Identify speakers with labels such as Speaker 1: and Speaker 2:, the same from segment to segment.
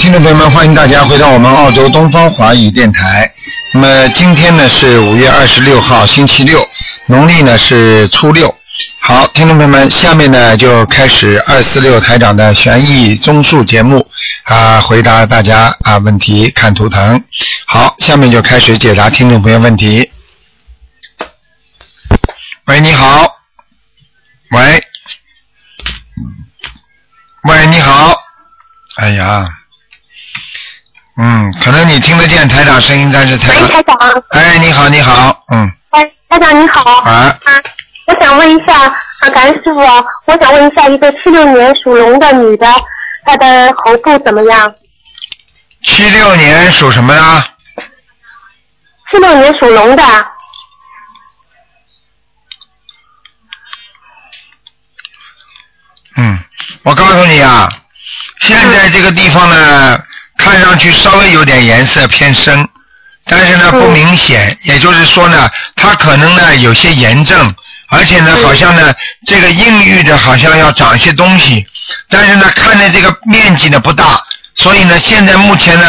Speaker 1: 听众朋友们，欢迎大家回到我们澳洲东方华语电台。那么今天呢是五月二十六号，星期六，农历呢是初六。好，听众朋友们，下面呢就开始二四六台长的悬疑综述节目啊，回答大家啊问题，看图腾。好，下面就开始解答听众朋友问题。喂，你好。喂。喂，你好。哎呀，嗯，可能你听得见台长声音，但是台长，
Speaker 2: 喂，台长，
Speaker 1: 哎，你好，你好，嗯，
Speaker 2: 哎，台长你好。
Speaker 1: 啊，
Speaker 2: 我想问一下，啊，感恩师傅，我想问一下，一个七六年属龙的女的，她的喉部怎么样？
Speaker 1: 七六年属什么呢？
Speaker 2: 七六年属龙的，
Speaker 1: 嗯，我告诉你啊，现在这个地方呢，看上去稍微有点颜色偏深，但是呢
Speaker 2: 嗯
Speaker 1: 不明显，也就是说呢，它可能呢有些炎症，而且呢
Speaker 2: 嗯
Speaker 1: 好像呢这个硬郁的好像要长一些东西，但是呢看着这个面积呢不大，所以呢现在目前呢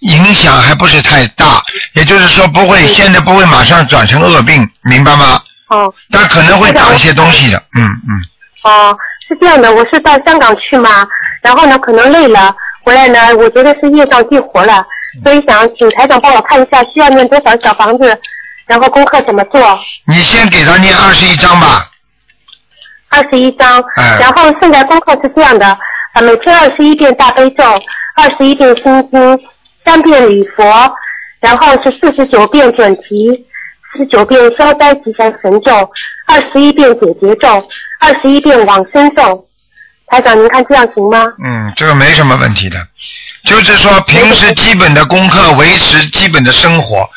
Speaker 1: 影响还不是太大，也就是说不
Speaker 2: 嗯
Speaker 1: 会现在不会马上转成恶病，明白吗？
Speaker 2: 哦
Speaker 1: 但可能会长一些东西的，嗯嗯。
Speaker 2: 哦，是这样的，我是到香港去嘛，然后呢，可能累了，回来呢，我觉得是业障激活了，所以想请台长帮我看一下，需要念多少小房子，然后功课怎么做？
Speaker 1: 你先给他念二十一章吧，
Speaker 2: 二十一章，
Speaker 1: 哎
Speaker 2: 然后现在功课是这样的，呃，每天二十一遍大悲咒，二十一遍心经，三遍礼佛，然后是四十九遍准提，四十九遍消灾吉祥神咒，二十一遍解结咒，二十一遍往生咒。台长，您看这样行吗？
Speaker 1: 嗯，这个没什么问题的，就是说平时基本的功课，维持基本的生活，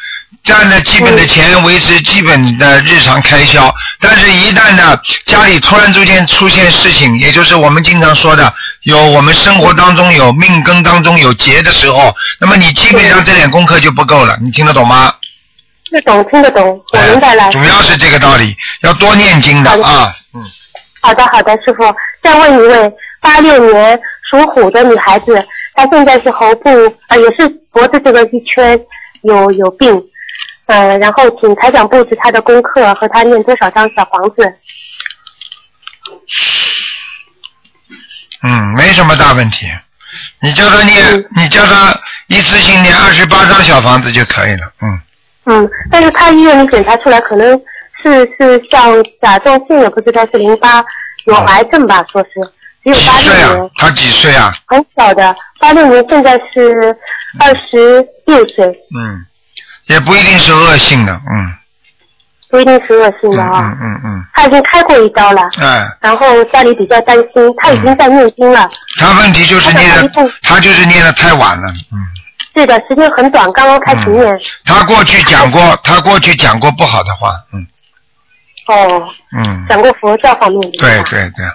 Speaker 1: 赚了基本的
Speaker 2: 嗯
Speaker 1: 钱，维持基本的日常开销。但是，一旦呢家里突然之间出现事情，也就是我们经常说的，有我们生活当中有命根当中有劫的时候，那么你基本上这点功课就不够了，你听得懂吗？
Speaker 2: 听得懂，听得懂，我明白了。
Speaker 1: 哎主要是这个道理，要多念经的
Speaker 2: 好的
Speaker 1: 啊，嗯。
Speaker 2: 好的，好的，师傅。再问一位，八六年属虎的女孩子，她现在是喉部呃也是脖子这个一圈有有病，呃，然后请台长布置她的功课和她念多少张小房子。
Speaker 1: 嗯，没什么大问题。你叫他念，
Speaker 2: 嗯
Speaker 1: 你叫他一次性念二十八张小房子就可以了。嗯，
Speaker 2: 嗯，但是她医院里检查出来可能是是像甲状腺，也不知道是淋巴有
Speaker 1: 哦
Speaker 2: 癌症吧，说是只有
Speaker 1: 几
Speaker 2: 八六
Speaker 1: 岁啊
Speaker 2: 年，？
Speaker 1: 他几岁啊？
Speaker 2: 很小的，八六年现在是二十六岁，
Speaker 1: 嗯，也不一定是恶性的。嗯，
Speaker 2: 不一定是恶性
Speaker 1: 嗯
Speaker 2: 的啊。
Speaker 1: 嗯嗯嗯，
Speaker 2: 她已经开过一刀了。
Speaker 1: 哎，
Speaker 2: 然后家里比较担心，他已经在念经了，
Speaker 1: 他问题就是
Speaker 2: 他
Speaker 1: 念
Speaker 2: 想
Speaker 1: 的
Speaker 2: 他，
Speaker 1: 他就是念的太晚了。嗯，
Speaker 2: 对的，时间很短，刚刚开始念。
Speaker 1: 他过去讲过，他过去讲过不好的话。嗯
Speaker 2: 哦，
Speaker 1: 嗯，
Speaker 2: 讲过佛教方面的。
Speaker 1: 对。对对，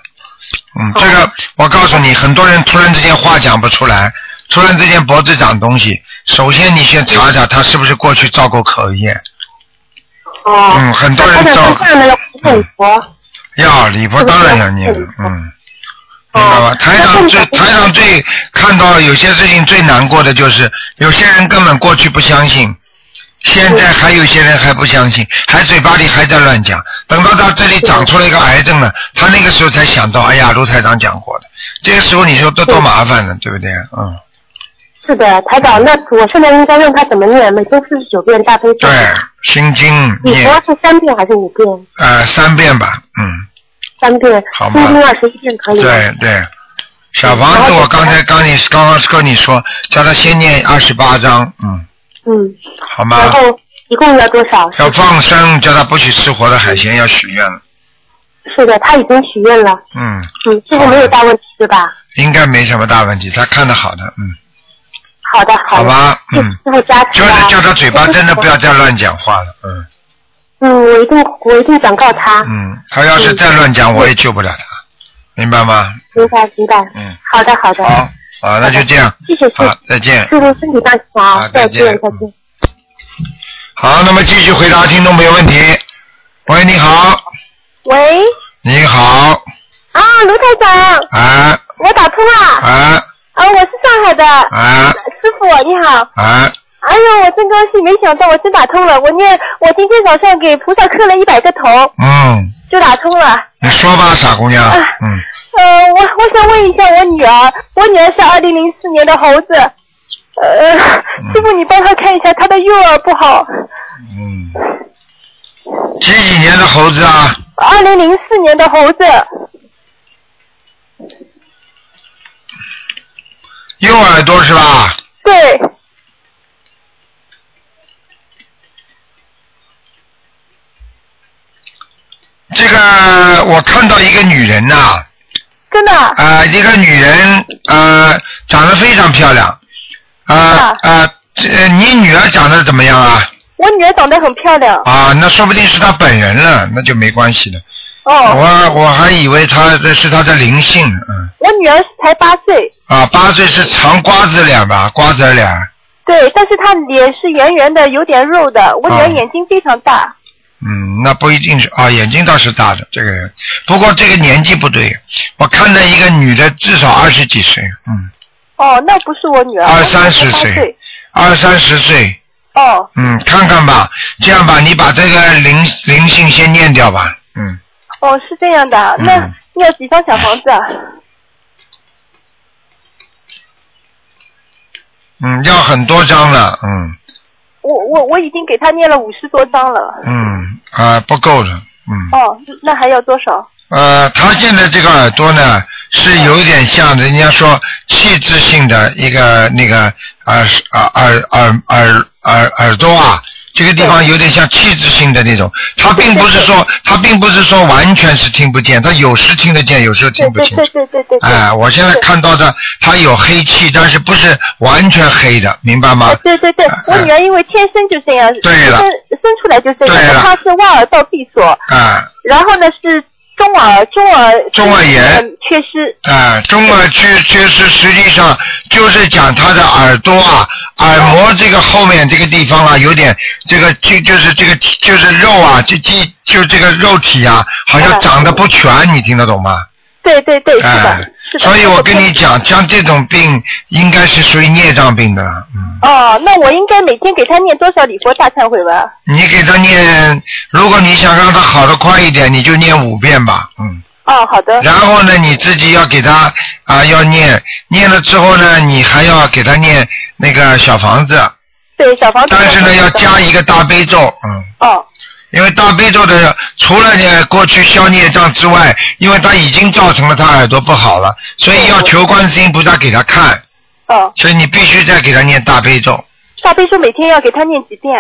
Speaker 1: 嗯，这个我告诉你，很多人突然之间话讲不出来，突然之间脖子长东西，首先你先查查他是不是过去造过口业。
Speaker 2: 哦。
Speaker 1: 嗯很多人
Speaker 2: 那
Speaker 1: 照
Speaker 2: 他想这样的要念佛。
Speaker 1: 要礼佛当然要念了，嗯，明白吧？
Speaker 2: 哦
Speaker 1: 台长最台长最看到有些事情最难过的就是有些人根本过去不相信，现在还有些人还不相信，还嘴巴里还在乱讲。等到他这里长出了一个癌症了，他那个时候才想到，哎呀，卢台长讲过的。这个时候你说多多麻烦呢，对不对？嗯，
Speaker 2: 是的，台长，那我现在应该让他怎么念？每天四十九遍大悲咒。
Speaker 1: 对，心经
Speaker 2: 礼
Speaker 1: 念
Speaker 2: 佛是三遍还是五遍？
Speaker 1: 呃三遍吧，嗯。
Speaker 2: 三遍。
Speaker 1: 好
Speaker 2: 心
Speaker 1: 吧
Speaker 2: 经二十一遍可以。。
Speaker 1: 对对，小房子我刚才刚你刚刚跟你说，叫他先念二十八章，嗯，
Speaker 2: 嗯，
Speaker 1: 好
Speaker 2: 然
Speaker 1: 吗？
Speaker 2: 后一共要多少？
Speaker 1: 要放生，叫他不许吃活的海鲜，要许愿了，
Speaker 2: 是的，他已经许愿了。
Speaker 1: 嗯，
Speaker 2: 嗯，师傅没有大问题对吧？
Speaker 1: 应该没什么大问题，他看得好的，嗯，
Speaker 2: 好的，
Speaker 1: 好
Speaker 2: 的。
Speaker 1: 吧，
Speaker 2: 谢谢
Speaker 1: 嗯
Speaker 2: 师，傅加持
Speaker 1: 就
Speaker 2: 啊。
Speaker 1: 是叫他嘴巴真的不要
Speaker 2: 谢谢师
Speaker 1: 再乱讲话了，嗯
Speaker 2: 傅。嗯，我一定，我一定转告他。
Speaker 1: 嗯，他要是再乱讲，我也救不了他，明白吗？
Speaker 2: 明白明白。
Speaker 1: 嗯，
Speaker 2: 好的好的。
Speaker 1: 好，好，那就这样，
Speaker 2: 谢谢师
Speaker 1: 好，再见。
Speaker 2: 师傅身体健
Speaker 1: 好
Speaker 2: 康，
Speaker 1: 再
Speaker 2: 再
Speaker 1: 见
Speaker 2: 见再见。
Speaker 1: 好，那么继续回答听众朋友问题。喂，你好，
Speaker 3: 喂，
Speaker 1: 你好，
Speaker 3: 啊，卢台长，
Speaker 1: 啊
Speaker 3: 我打通了，
Speaker 1: 啊，
Speaker 2: 啊，我是上海的。
Speaker 1: 啊
Speaker 2: 师傅你好。
Speaker 1: 啊！
Speaker 2: 哎呦，我真高兴，没想到我真打通了。我念，我今天早上给菩萨磕了一百个头，
Speaker 1: 嗯，
Speaker 2: 就打通了。
Speaker 1: 你说吧，傻姑娘，嗯，
Speaker 2: 呃，我我想问一下我女儿，我女儿是二零零四年的猴子。呃，
Speaker 1: 嗯
Speaker 2: 师傅，你帮她看一下她的右耳不好。
Speaker 1: 嗯几几年的猴子啊？
Speaker 2: 二零零四年的猴子，
Speaker 1: 右耳朵是吧？
Speaker 2: 对，
Speaker 1: 这个我看到一个女人呐、啊，
Speaker 2: 真的啊，
Speaker 1: 一个女人，呃，长得非常漂亮，啊、呃、啊、这你女儿长得怎么样啊？
Speaker 2: 我女儿长得很漂亮。
Speaker 1: 啊，那说不定是她本人了，那就没关系了。
Speaker 2: 哦，
Speaker 1: 我我还以为她这是她的灵性呢，嗯，
Speaker 2: 我女儿才八岁，
Speaker 1: 啊，八岁是长瓜子脸吧？瓜子脸，
Speaker 2: 对，但是她脸是圆圆的，有点肉的。我女
Speaker 1: 啊
Speaker 2: 儿眼睛非常大。
Speaker 1: 嗯，那不一定是啊，眼睛倒是大的这个人，不过这个年纪不对，我看到一个女的至少二十几岁，嗯，
Speaker 2: 哦，那不是我女儿，
Speaker 1: 二
Speaker 2: 我女儿才
Speaker 1: 三十
Speaker 2: 八
Speaker 1: 岁
Speaker 2: 岁。
Speaker 1: 二三十岁，
Speaker 2: 哦，
Speaker 1: 嗯，看看吧，这样吧，你把这个灵灵性先念掉吧，嗯，
Speaker 2: 哦，是这样的啊，
Speaker 1: 嗯
Speaker 2: 那要几张小房子啊？
Speaker 1: 嗯，要很多张了，嗯
Speaker 2: 我我我已经给他念了五十多张了。
Speaker 1: 嗯啊不够了，嗯
Speaker 2: 哦，那还要多少？
Speaker 1: 呃，他现在这个耳朵呢是有点像人家说器质性的一个那个耳耳耳耳耳耳耳朵啊。这个地方有点像器质性的那种，他并不是说他并不是说完全是听不见，他有时听得见，有时候
Speaker 2: 对
Speaker 1: 听不
Speaker 2: 对
Speaker 1: 清楚
Speaker 2: 对。对对对对。
Speaker 1: 哎，我现在
Speaker 2: 对
Speaker 1: 看到的，它有黑气，但是不是完全黑的，明白吗
Speaker 2: 啊，？对对对，我女儿因为天生就这样，
Speaker 1: 哎对了
Speaker 2: 生生出来就这
Speaker 1: 对
Speaker 2: 样，
Speaker 1: 了
Speaker 2: 她是挖耳到闭锁，
Speaker 1: 啊
Speaker 2: 然后呢是中耳中耳
Speaker 1: 中耳炎
Speaker 2: 嗯缺失，
Speaker 1: 啊，中耳缺缺失，实际上就是讲他的耳朵啊，耳膜这个后面这个地方啊，有点这个就就是这个就是肉啊，这肌就这个肉体啊，好像长得不全，你听得懂吗？
Speaker 2: 对对对，是
Speaker 1: 哎
Speaker 2: 的，是，的。
Speaker 1: 所以我跟你
Speaker 2: 她
Speaker 1: 讲，像这种病应该是属于孽障病的了，嗯。
Speaker 2: 哦，那我应该每天给她念多少礼佛大忏悔文？
Speaker 1: 你给他念，如果你想让他好的快一点，你就念五遍吧，嗯。
Speaker 2: 哦，好的，
Speaker 1: 然后呢，你自己要给他啊、要念，念了之后呢，你还要给他念那个小房子，
Speaker 2: 对小房子。
Speaker 1: 但是呢，要加一个大悲咒，嗯，
Speaker 2: 哦，
Speaker 1: 因为大悲咒的除了呢过去消孽障之外，因为他已经造成了他耳朵不好了，所以要求观世音菩萨给他看，
Speaker 2: 哦，
Speaker 1: 所以你必须再给他念大悲咒，
Speaker 2: 大悲咒每天要给她念几遍？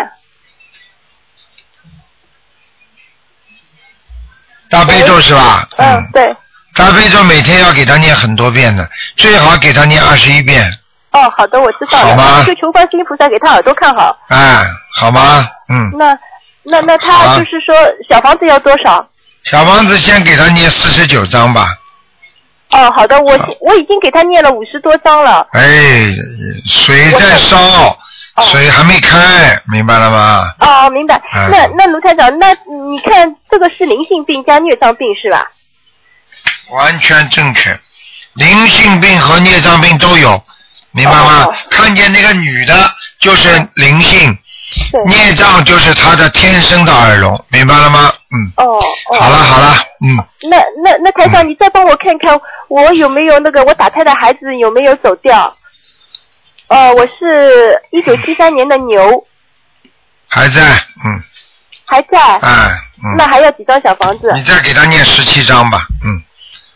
Speaker 1: 大悲咒是吧？
Speaker 2: 嗯，对。
Speaker 1: 大悲咒每天要给他念很多遍的，最好给他念二十一遍，
Speaker 2: 哦，好的，我知道
Speaker 1: 好吗
Speaker 2: 了。就求观世音菩萨给他耳朵看好。
Speaker 1: 哎，好吗？嗯，
Speaker 2: 那那那
Speaker 1: 好啊
Speaker 2: 他就是说小房子要多少？
Speaker 1: 小王子先给他念四十九章吧。
Speaker 2: 哦，好的，我
Speaker 1: 好
Speaker 2: 我已经给他念了五十多章了。
Speaker 1: 哎，水在烧，
Speaker 2: 哦
Speaker 1: 水还没开，明白了吗？
Speaker 2: 哦，明白。
Speaker 1: 嗯
Speaker 2: 那那卢台长，那你看这个是灵性病加孽障病是吧？哦
Speaker 1: 完全正确，灵性病和孽障病都有，明白吗？
Speaker 2: 哦
Speaker 1: 看见那个女的，就是灵性，
Speaker 2: 对。
Speaker 1: 孽障就是她的天生的耳聋，明白了吗？嗯，
Speaker 2: 哦哦。
Speaker 1: 好了嗯好了，嗯，
Speaker 2: 那那那台长，你再帮我看看我有没有那个我打胎的孩子有没有走掉？呃，我是一九七三年的牛，
Speaker 1: 还在，嗯，
Speaker 2: 还在。
Speaker 1: 哎，
Speaker 2: 那
Speaker 1: 嗯，
Speaker 2: 还要几张小房子？
Speaker 1: 你再给她念十七章吧，嗯，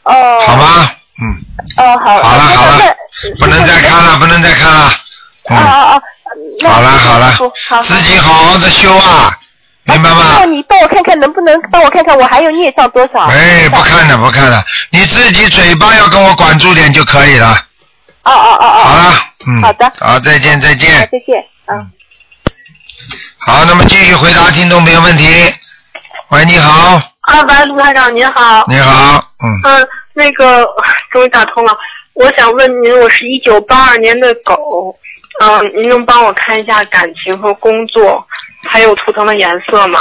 Speaker 2: 哦。
Speaker 1: 好吗？嗯，
Speaker 2: 哦，好。
Speaker 1: 好了
Speaker 2: 那
Speaker 1: 好了
Speaker 2: 那
Speaker 1: 不能再看了，不能再看了，
Speaker 2: 哦
Speaker 1: 嗯，
Speaker 2: 哦哦，那
Speaker 1: 好了好了
Speaker 2: 不好，
Speaker 1: 自己好好的修啊，明白吗？
Speaker 2: 那你帮我看看能不能帮我看看我还有孽障多少？
Speaker 1: 哎，不看了不看了，你自己嘴巴要跟我管住点就可以了。
Speaker 2: 哦哦哦
Speaker 1: 好
Speaker 2: 哦，
Speaker 1: 了，嗯，
Speaker 2: 好的
Speaker 1: 好，再见再
Speaker 2: 好
Speaker 1: 见。
Speaker 2: 再见，嗯。
Speaker 1: 好，那么继续回答听众朋友问题。喂，你好，
Speaker 4: 啊，喂，卢台长您好。
Speaker 1: 你好，嗯，
Speaker 4: 嗯，那个终于打通了，我想问您，我是一九八二年的狗，嗯，您能帮我看一下感情和工作，还有图腾的颜色吗？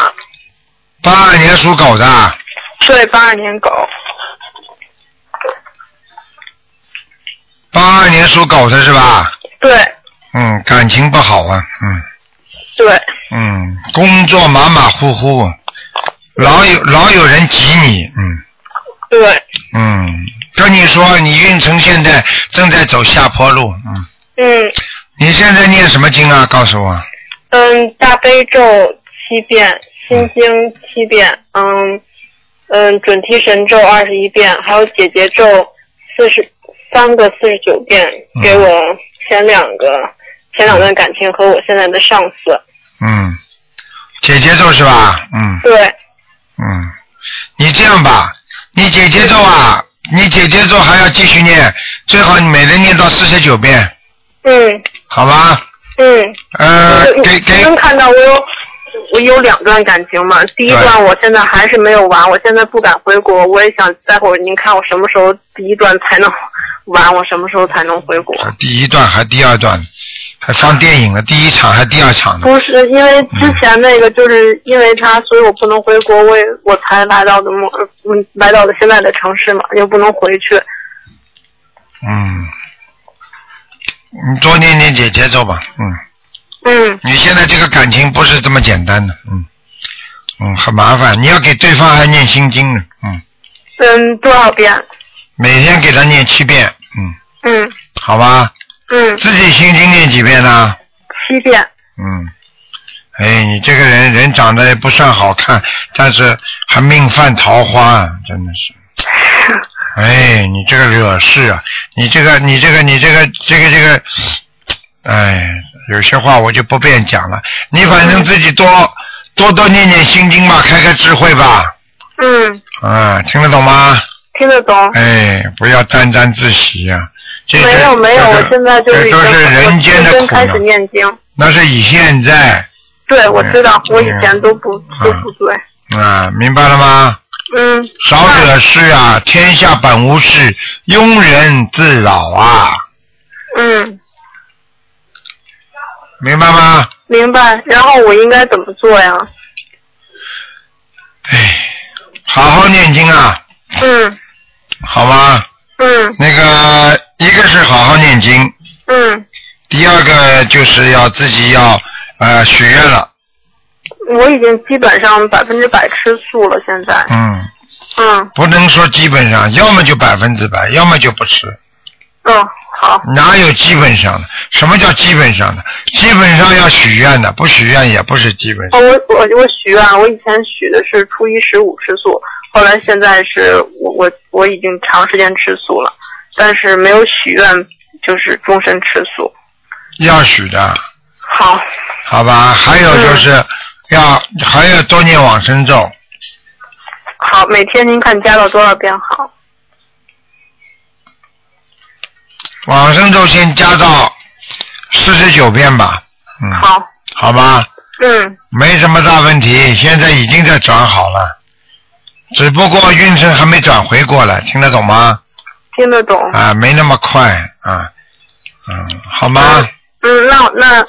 Speaker 1: 八二年属狗的，
Speaker 4: 对，八二年狗。
Speaker 1: 八八二年属狗的是吧？
Speaker 4: 对
Speaker 1: 嗯，感情不好啊，嗯
Speaker 4: 对，
Speaker 1: 嗯，工作马马虎虎，老有老有人挤你，嗯
Speaker 4: 对，
Speaker 1: 嗯，跟你说，你运程现在正在走下坡路，嗯，
Speaker 4: 嗯
Speaker 1: 你现在念什么经啊？告诉我，
Speaker 4: 嗯，大悲咒七遍，心经七遍，嗯嗯，准提神咒二十一遍，还有姐姐咒四十三个四十九遍，给我前两个前两段感情和我现在的上司。
Speaker 1: 嗯，姐姐咒是吧？嗯
Speaker 4: 对，
Speaker 1: 嗯，你这样吧，你姐姐咒啊，你姐姐咒还要继续念，最好你每天念到四十九遍，
Speaker 4: 嗯
Speaker 1: 好吧？
Speaker 4: 嗯，
Speaker 1: 呃，
Speaker 4: 我
Speaker 1: 给给
Speaker 4: 我能看到我有我有两段感情嘛，第一段我现在还是没有完，我现在不敢回国，我也想待会儿您看我什么时候第一段才能 完，我什么时候才能回国？
Speaker 1: 第一段还第二段，还放电影了，第一场还第二场呢。
Speaker 4: 不是因
Speaker 1: 嗯
Speaker 4: 为之前那个，就是因为他，所以我不能回国，我也我才来到的莫，嗯，来到了现在的城市嘛，又不能回去。
Speaker 1: 嗯，你多念念姐姐咒吧，嗯，
Speaker 4: 嗯
Speaker 1: 你现在这个感情不是这么简单的，嗯，嗯，很麻烦，你要给对方还念心经呢，嗯，
Speaker 4: 嗯，多少遍？
Speaker 1: 每天给他念七遍，嗯，
Speaker 4: 嗯
Speaker 1: 好吧，
Speaker 4: 嗯，
Speaker 1: 自己心经念几遍呢？
Speaker 4: 七遍。
Speaker 1: 嗯，哎，你这个人人长得也不算好看，但是还命犯桃花，真的是。 哎，你这个惹事啊！你这个，你这个，你这个，这个，这个，哎，有些话我就不便讲了。你反正自己多多多念念心经吧，开开智慧吧，
Speaker 4: 嗯，
Speaker 1: 啊，听得懂吗？
Speaker 4: 听得懂。
Speaker 1: 哎，不要沾沾自喜啊！这
Speaker 4: 没有
Speaker 1: 这
Speaker 4: 没有，
Speaker 1: 这
Speaker 4: 我
Speaker 1: 个
Speaker 4: 现在就是
Speaker 1: 这
Speaker 4: 已
Speaker 1: 都
Speaker 4: 经
Speaker 1: 是人间的
Speaker 4: 我认真
Speaker 1: 苦
Speaker 4: 开始
Speaker 1: 恼
Speaker 4: 念经。
Speaker 1: 那是以现在
Speaker 4: 对，我知道，我以前都不
Speaker 1: 嗯
Speaker 4: 都不对。
Speaker 1: 啊，明白了吗？
Speaker 4: 嗯
Speaker 1: 少惹事啊，天下本无事，庸人自扰啊，
Speaker 4: 嗯，
Speaker 1: 明白吗？
Speaker 4: 明白。然后我应该怎么做呀？
Speaker 1: 好好念经啊，
Speaker 4: 嗯
Speaker 1: 好吗？
Speaker 4: 嗯
Speaker 1: 那个一个是好好念经，
Speaker 4: 嗯，
Speaker 1: 第二个就是要自己要呃许愿了，
Speaker 4: 我已经基本上百分之百吃素了，现在。
Speaker 1: 嗯，
Speaker 4: 嗯
Speaker 1: 不能说基本上，要么就百分之百，要么就不吃，
Speaker 4: 嗯，好。
Speaker 1: 哪有基本上的？什么叫基本上的？基本上要许愿的，不许愿也不是基本上。
Speaker 4: 哦，我我我许愿，我以前许的是初一十五吃素，后来现在是我我我已经长时间吃素了，但是没有许愿就是终身吃素。
Speaker 1: 要许的，
Speaker 4: 好，
Speaker 1: 好吧？还有就是要还要多念往生咒，
Speaker 4: 好，每天您看加到多少遍好？
Speaker 1: 往生咒先加到四十九遍吧，嗯，
Speaker 4: 好，
Speaker 1: 好吧？
Speaker 4: 嗯
Speaker 1: 没什么大问题，现在已经在转好了，只不过运程还没转回过来，听得懂吗？
Speaker 4: 听得懂。
Speaker 1: 啊，没那么快啊，嗯，好吗？
Speaker 4: 嗯，那那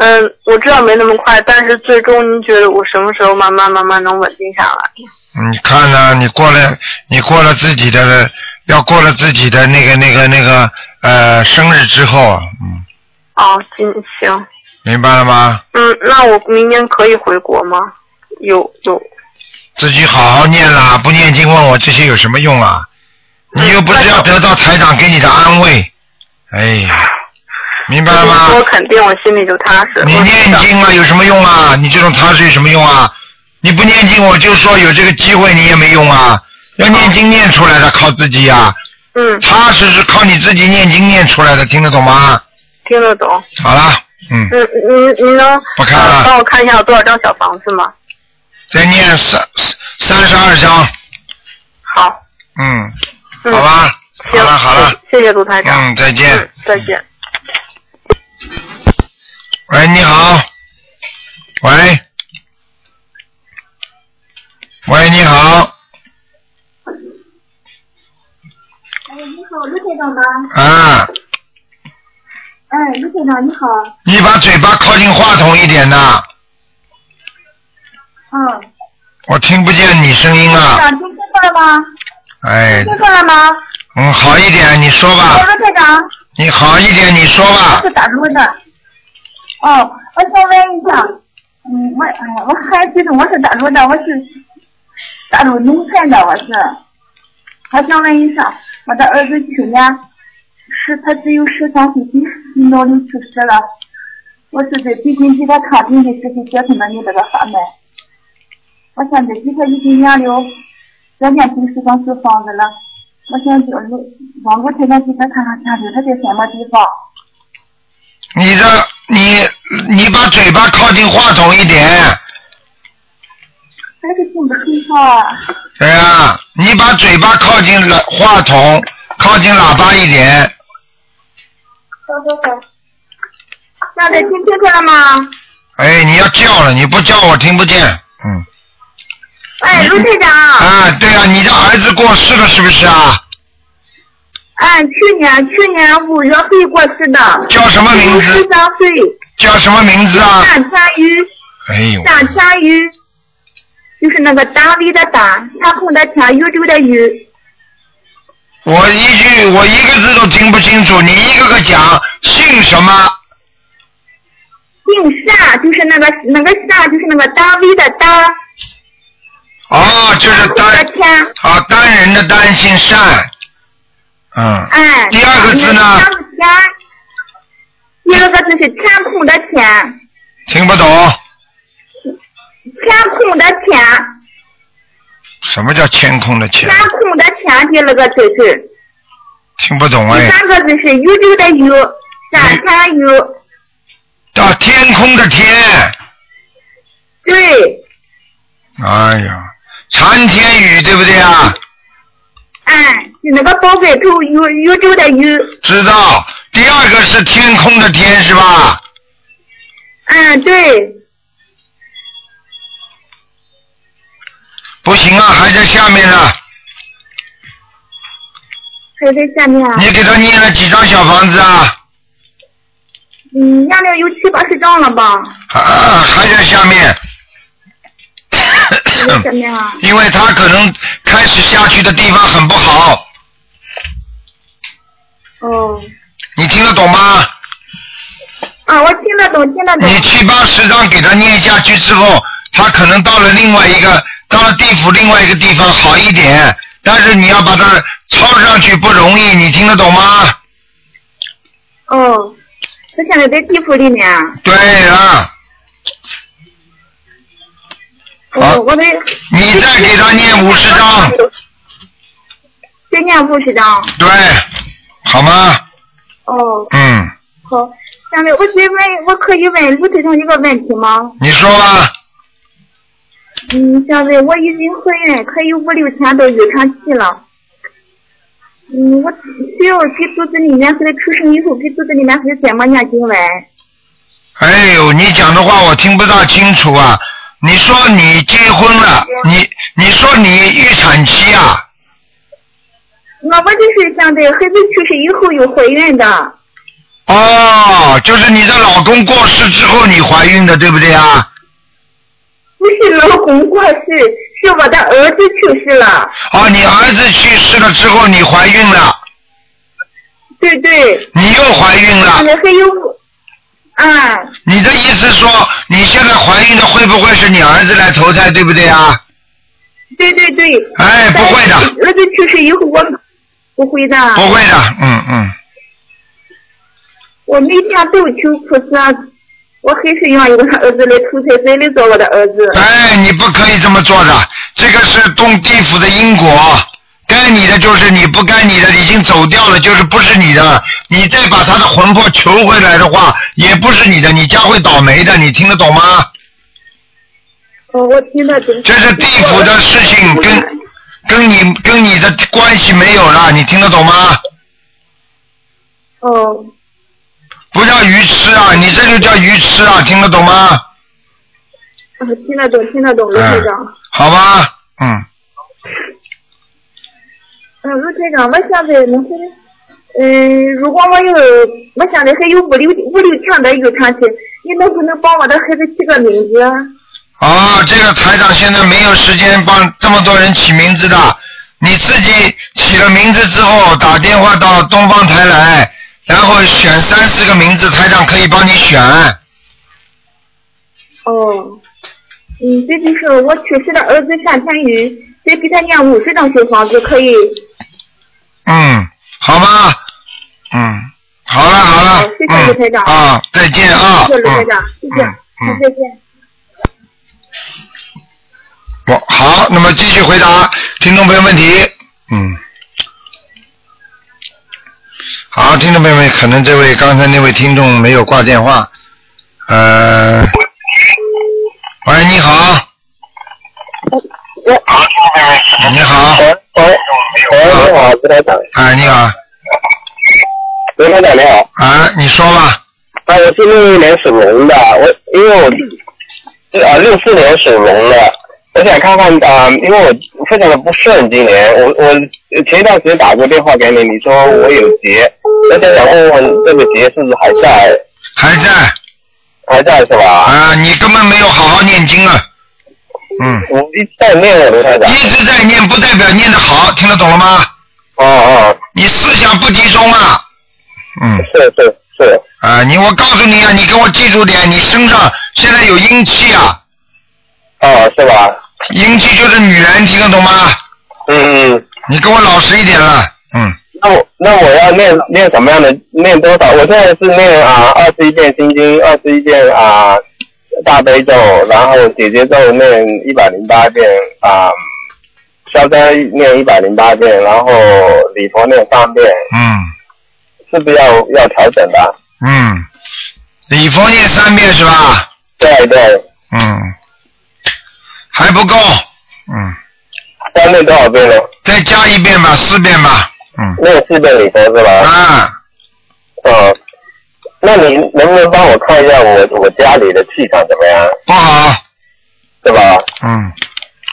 Speaker 4: 嗯，我知道没那么快，但是最终您觉得我什么时候慢慢慢慢能稳定下来？
Speaker 1: 嗯你看呢、你过了，你过了自己的，要过了自己的那个那个那个呃生日之后啊，嗯，
Speaker 4: 哦，行行，
Speaker 1: 明白了吗？
Speaker 4: 嗯，那我明年可以回国吗？有有，
Speaker 1: 自己好好念啦，不念经问我这些有什么用啊？你又不是要得到台长给你的安慰，哎，明白了吗？
Speaker 4: 我肯定，我心里就踏实。
Speaker 1: 你
Speaker 4: 我知
Speaker 1: 念
Speaker 4: 道
Speaker 1: 经啊，有什么用啊？你这种踏实有什么用啊？你不念经，我就说有这个机会你也没用啊。要念经念出来的，靠自己啊。
Speaker 4: 嗯，
Speaker 1: 踏实是靠你自己念经念出来的，听得懂吗？
Speaker 4: 听得懂。
Speaker 1: 好了，嗯，
Speaker 4: 嗯，您您能
Speaker 1: 不看了
Speaker 4: 呃帮我看一下有多少张小房子吗？
Speaker 1: 再念三三十二章，
Speaker 4: 好，
Speaker 1: 嗯，
Speaker 4: 嗯
Speaker 1: 好吧，
Speaker 4: 行，
Speaker 1: 好了好了，
Speaker 4: 谢谢谢谢卢台长。
Speaker 1: 嗯，再见。
Speaker 4: 嗯，再见。
Speaker 1: 喂，你好，喂，喂，你好，
Speaker 5: 哎，你好，卢台长吗？
Speaker 1: 啊，
Speaker 5: 哎，卢台长你好，
Speaker 1: 你把嘴巴靠近话筒一点呐。
Speaker 5: 嗯，
Speaker 1: 我听不见你声音
Speaker 5: 台
Speaker 1: 啊，
Speaker 5: 长听清楚了吗？
Speaker 1: 哎
Speaker 5: 听，清楚了吗？
Speaker 1: 嗯，好一点，你说
Speaker 5: 哎，
Speaker 1: 吧，
Speaker 5: 卢台长，
Speaker 1: 你好一点，你说吧
Speaker 5: 我是。打通的。哦，我想问一下，嗯，我哎呀，我还记得我是大陆的，我是大陆农村的，我是。我想问一下，我的儿子去年是他只有十三岁几，领导就去世了。我是在最近给他看病的时候接触了你这个法门，我现在给他已经念了这念经是张小房子了。我想叫你王国太太给他看看家里他在什么地方。
Speaker 1: 你这你你把嘴巴靠近话筒一点，
Speaker 5: 但是听不清哈。
Speaker 1: 对啊，你把嘴巴靠近喇话筒，靠近喇叭一点。
Speaker 5: 现在听清楚了吗？
Speaker 1: 哎，你要叫了，你不叫我听不见。嗯。
Speaker 5: 哎，卢队长，
Speaker 1: 啊，对啊，你的儿子过世了是不是啊？
Speaker 5: 俺哎去年去年五月份过世的，
Speaker 1: 叫什么名
Speaker 5: 十
Speaker 1: 字？
Speaker 5: 三岁，
Speaker 1: 叫什么名字啊？
Speaker 5: 单天宇，
Speaker 1: 哎呦，
Speaker 5: 单天宇，就是那个单位的单，天空的天，宇宙的宇。
Speaker 1: 我一句我一个字都听不清楚，你一个个讲，姓什么？
Speaker 5: 姓夏，就是那个那个夏，就是那个单位的单，
Speaker 1: 哦，就是
Speaker 5: 天空的
Speaker 1: 单
Speaker 5: 天。
Speaker 1: 啊单人的单姓单，嗯，
Speaker 5: 哎，
Speaker 1: 第二个字呢
Speaker 5: 第二个天，第二个字是天空的天，
Speaker 1: 听不懂
Speaker 5: 天空的天，
Speaker 1: 什么叫天空的天
Speaker 5: 天，空的天，第二个字是，
Speaker 1: 听不懂
Speaker 5: 第
Speaker 1: 哎。
Speaker 5: 三个字是宇宙的宇，三天宇，
Speaker 1: 啊，天空的天，
Speaker 5: 对，
Speaker 1: 哎呀，禅天宇对不对啊？
Speaker 5: 哎，是那个宝盖头宇宇宙的宇，
Speaker 1: 知道。第二个是天空的天是吧？
Speaker 5: 嗯，对，
Speaker 1: 不行啊，还在下面呢。
Speaker 5: 还在下面啊，
Speaker 1: 你给他念了几张小房子啊？
Speaker 5: 嗯，念了有七八十张了吧，
Speaker 1: 啊，还在下面。
Speaker 5: 还在下面啊，
Speaker 1: 因为他可能开始下去的地方很不好，
Speaker 5: 哦，
Speaker 1: 你听得懂吗？
Speaker 5: 啊，我听得懂，听得懂，
Speaker 1: 你七八十张给他念下去之后，他可能到了另外一个，到了地府另外一个地方好一点，但是你要把它抄上去不容易，你听得懂吗？
Speaker 5: 哦，他现在在地府里面啊。
Speaker 1: 对啊了，好
Speaker 5: 哦，我得
Speaker 1: 你再给他念五十张，
Speaker 5: 再念五十张。
Speaker 1: 对，好吗？
Speaker 5: 哦，
Speaker 1: 嗯，
Speaker 5: 好。现哦在我再问，我可以问卢队长一个问题吗？
Speaker 1: 你说吧，
Speaker 5: 嗯，现在我已经怀孕，可以五六天都预产期了。嗯，我需要给肚子里面孩子出生以后，给肚子里面孩子怎么念经文？
Speaker 1: 哎呦，你讲的话我听不大清楚啊。你说你结婚了，你你说你预产期啊？
Speaker 5: 那我就是现在孩子去世以后又怀孕的。
Speaker 1: 哦，就是你的老公过世之后你怀孕的，对不对啊？
Speaker 5: 不是老公过世，是我的儿子去世了。
Speaker 1: 哦，你儿子去世了之后，你怀孕了，
Speaker 5: 对对。
Speaker 1: 你又怀孕了
Speaker 5: 现。在还有，啊，
Speaker 1: 你的意思说，你现在怀孕的会不会是你儿子来投胎，对不对啊？
Speaker 5: 对对对。
Speaker 1: 哎，不会的，
Speaker 5: 儿子去世以后，我不会的。
Speaker 1: 不会的，嗯嗯。
Speaker 5: 我每天都求菩萨，啊我还是愿意我的儿子来投胎，再来做我的儿子。
Speaker 1: 哎，你不可以这么做的，这个是动地府的因果，该你的就是你，不该你的已经走掉了，就是不是你的。你再把他的魂魄求回来的话，也不是你的，你将会倒霉的，你听得懂吗？
Speaker 5: 哦，我听得懂。
Speaker 1: 这是地府的事情，跟跟你跟你的关系没有了，你听得懂吗？
Speaker 5: 哦，
Speaker 1: 不叫愚痴啊，你这就叫愚痴啊，听得懂吗？
Speaker 5: 啊听得懂，听得懂，卢
Speaker 1: 嗯
Speaker 5: 队长。，
Speaker 1: 好吧，嗯，
Speaker 5: 嗯，卢队长，我现在能回来。嗯，如果我有，我现在还有五六五六天的预产期，你能不能帮我的孩子起个名字啊？
Speaker 1: 哦，这个台长现在没有时间帮这么多人起名字的，你自己起了名字之后打电话到东方台来，然后选三四个名字，台长可以帮你选。
Speaker 5: 哦，嗯，这就是我去世的儿子夏天宇，再给他念五十张小房子可以。
Speaker 1: 嗯，好吗？嗯，好了好了
Speaker 5: 好，谢谢卢台
Speaker 1: 嗯
Speaker 5: 长
Speaker 1: 啊，再见啊，
Speaker 5: 谢谢卢台长，谢
Speaker 1: 嗯
Speaker 5: 谢，
Speaker 1: 嗯嗯
Speaker 5: 再见。
Speaker 1: 我好，那么继续回答听众朋友问题。嗯，好，听众朋友们，可能这位刚才那位听众没有挂电话。呃，喂，你好，
Speaker 6: 喂，
Speaker 1: 哎你好，
Speaker 6: 喂，喂，你好，卢台长，
Speaker 1: 哎，你好，
Speaker 6: 卢台长你好，
Speaker 1: 啊，你说吧，
Speaker 6: 啊，我是六一年属龙的，我因为我是啊六四年属龙的，我想看看啊、因为我非常的不顺，今年我我前一段时间打过电话给你，你说我有结，我想想问问这个结是不是还在，
Speaker 1: 还在
Speaker 6: 还在是吧？
Speaker 1: 啊，你根本没有好好念经啊，嗯，
Speaker 6: 我一直在念了，卢台长，
Speaker 1: 一直在念，不代表念得好，听得懂了吗？
Speaker 6: 哦哦，
Speaker 1: 你思想不集中啊，嗯。
Speaker 6: 是是是，
Speaker 1: 啊，你我告诉你啊，你给我记住点，你身上现在有阴气啊，
Speaker 6: 哦是吧？
Speaker 1: 阴气就是女人，听得懂吗？
Speaker 6: 嗯嗯。
Speaker 1: 你给我老实一点了，嗯，
Speaker 6: 那我那我要念念什么样的？念多少？我现在是念啊二十一遍心经，二十一遍啊大悲咒，然后姐姐咒念一百零八遍啊，消灾念一百零八遍，然后礼佛念三遍，
Speaker 1: 嗯
Speaker 6: 是不是要要调整的？啊
Speaker 1: 嗯，礼佛念三遍是吧？
Speaker 6: 对啊对，
Speaker 1: 嗯，还不够，嗯，
Speaker 6: 要念多少遍呢？
Speaker 1: 再加一遍吧，四遍吧，嗯，
Speaker 6: 念四遍礼佛是吧？
Speaker 1: 啊，
Speaker 6: 嗯。那你能不能帮我看一下我我家里的气场怎么样？
Speaker 1: 不好，
Speaker 6: 是吧？
Speaker 1: 嗯，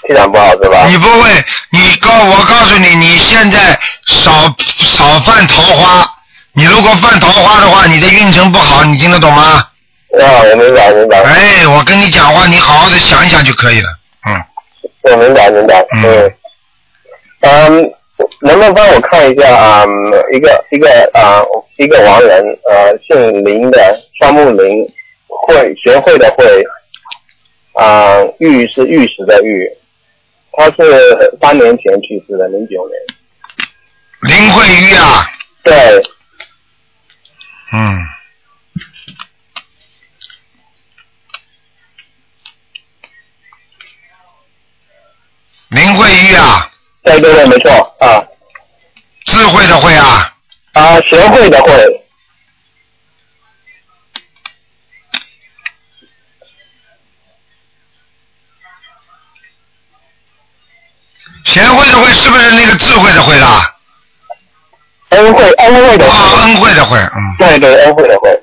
Speaker 6: 气场不好是吧？
Speaker 1: 你不会，你告我告诉你，你现在少少犯桃花，你如果犯桃花的话，你的运程不好，你听得懂吗？
Speaker 6: 啊，我明白明白。
Speaker 1: 哎，我跟你讲话，你好好的想一想就可以了。嗯，
Speaker 6: 我明白明白，
Speaker 1: 嗯
Speaker 6: 嗯，嗯，能不能帮我看一下啊、嗯一个一个啊、一个亡人，呃，姓林的，双木林，会学会的会，啊、玉是玉石的玉，他是三年前去世的，零九年，
Speaker 1: 林慧玉啊，
Speaker 6: 对，
Speaker 1: 嗯，林慧玉啊，
Speaker 6: 对对对，没错，啊
Speaker 1: 智慧的慧啊，
Speaker 6: 啊，学会的会，
Speaker 1: 贤惠的惠是不是那个智慧的慧啦？
Speaker 6: 恩惠恩惠的
Speaker 1: 啊，
Speaker 6: 惠，
Speaker 1: 恩惠的惠，嗯，
Speaker 6: 对对恩惠的惠，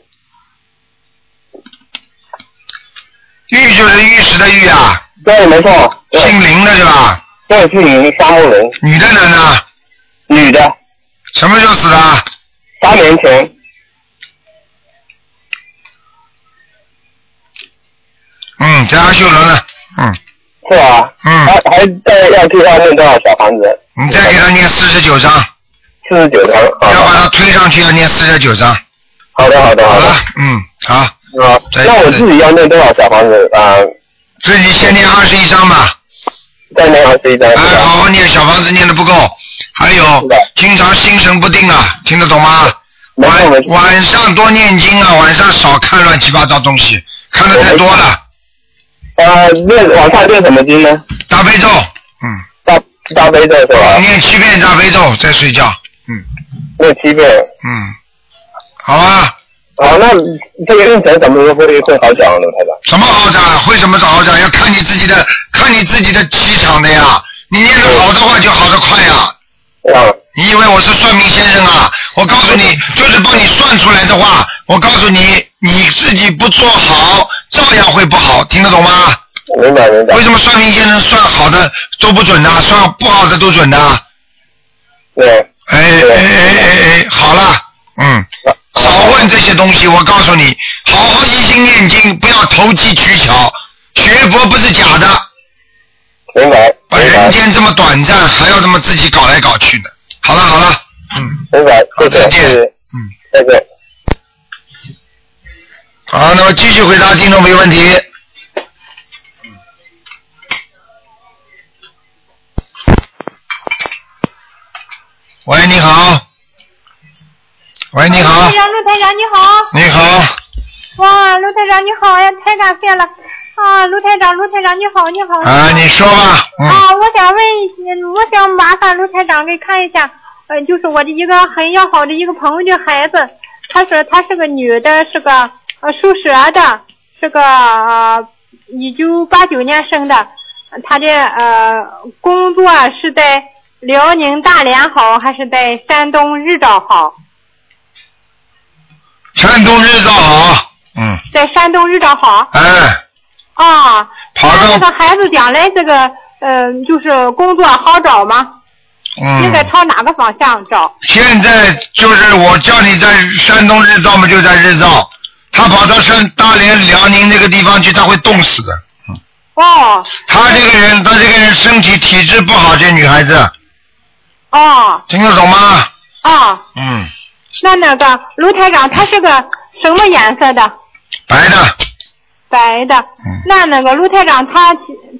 Speaker 1: 玉就是玉石的玉啊，
Speaker 6: 对，没错，对
Speaker 1: 姓林的是吧？
Speaker 6: 对，姓林，双木林，
Speaker 1: 女的男的？
Speaker 6: 女的，
Speaker 1: 什么时候死的啊？
Speaker 6: 三年前。
Speaker 1: 嗯，在阿修罗呢。嗯，
Speaker 6: 是吧？
Speaker 1: 嗯
Speaker 6: 还还在要替他念多少小房子？
Speaker 1: 你再给他念四十九章。
Speaker 6: 四十九张。好
Speaker 1: 要把
Speaker 6: 的
Speaker 1: 它推上去，要念四十九章。
Speaker 6: 好的，好的，
Speaker 1: 好
Speaker 6: 好的
Speaker 1: 了。，嗯，好，
Speaker 6: 好，
Speaker 1: 再
Speaker 6: 那我自己要念多少小房子啊？
Speaker 1: 自己先念二十一章吧。
Speaker 6: 再念二十一张。
Speaker 1: 哎，
Speaker 6: 是吧
Speaker 1: 好好念，小房子念的不够，还有
Speaker 6: 是的
Speaker 1: 经常心神不定啊，听得懂吗？
Speaker 6: 没错没
Speaker 1: 晚
Speaker 6: 错，
Speaker 1: 晚上多念经啊，晚上少看乱七八糟东西，看的太多了。
Speaker 6: 呃，念往上念什么经呢？
Speaker 1: 大悲咒，嗯，
Speaker 6: 大大悲咒是吧？
Speaker 1: 念七遍大悲咒再睡觉，嗯
Speaker 6: 念七遍。
Speaker 1: 嗯，好啊，
Speaker 6: 好，那这个运程什么时候会会好转呢，台长？
Speaker 1: 什么好转？会什么好转？要看你自己的，看你自己的气场的呀。你念得好的话，就好得快呀。
Speaker 6: 啊，
Speaker 1: 你以为我是算命先生啊？我告诉你，就是帮你算出来的话，我告诉你，你自己不做好，照样会不好，听得懂吗？
Speaker 6: 明白明白
Speaker 1: 为，什么算命先生算好的都不准呢、算不好的都准呢、
Speaker 6: 对，
Speaker 1: 哎哎哎哎哎，好了，嗯，
Speaker 6: 啊
Speaker 1: 少问这些东西。我告诉你，好好一心念经，不要投机取巧。学佛不是假的，
Speaker 6: 明白
Speaker 1: 把
Speaker 6: 明白
Speaker 1: 人间这么短暂，还要这么自己搞来搞去的。好了好了，嗯，
Speaker 6: 明白，谢
Speaker 1: 再
Speaker 6: 谢
Speaker 1: 见
Speaker 6: 谢谢，
Speaker 1: 嗯，
Speaker 6: 那个
Speaker 1: 好，那么继续回答听众没问题。喂，你好。喂，你好
Speaker 7: 台，长，陆台长你好。
Speaker 1: 你好，
Speaker 7: 哇，陆台长你好哎呀，太感谢了。啊，陆台长，陆台长你好，哎你好。
Speaker 1: 啊，你说吧，嗯，
Speaker 7: 啊，我想问一些，我想麻烦卢台长给看一下，呃，就是我的一个很要好的一个朋友的孩子，她是她是个女的，是个呃属蛇的，是个呃一九八九年生的，她的呃工作是在辽宁大连好，还是在山东日照好？
Speaker 1: 山东日照好，嗯，
Speaker 7: 在山东日照好
Speaker 1: 哎，
Speaker 7: 啊。
Speaker 1: 跑
Speaker 7: 那这
Speaker 1: 到，
Speaker 7: 个孩子将来这个呃，就是工作好找吗？应该
Speaker 1: 嗯，
Speaker 7: 朝哪个方向找？
Speaker 1: 现在就是我叫你在山东日照嘛，就在日照，他跑到山大连、辽宁那个地方去，他会冻死的。
Speaker 7: 哦
Speaker 1: 他这个人，他这个人身体体质不好，这女孩子
Speaker 7: 哦
Speaker 1: 听得懂吗？
Speaker 7: 哦，
Speaker 1: 嗯，
Speaker 7: 那那个卢台长他是个什么颜色的？
Speaker 1: 白的，
Speaker 7: 白的。
Speaker 1: 嗯
Speaker 7: 那那个卢台长他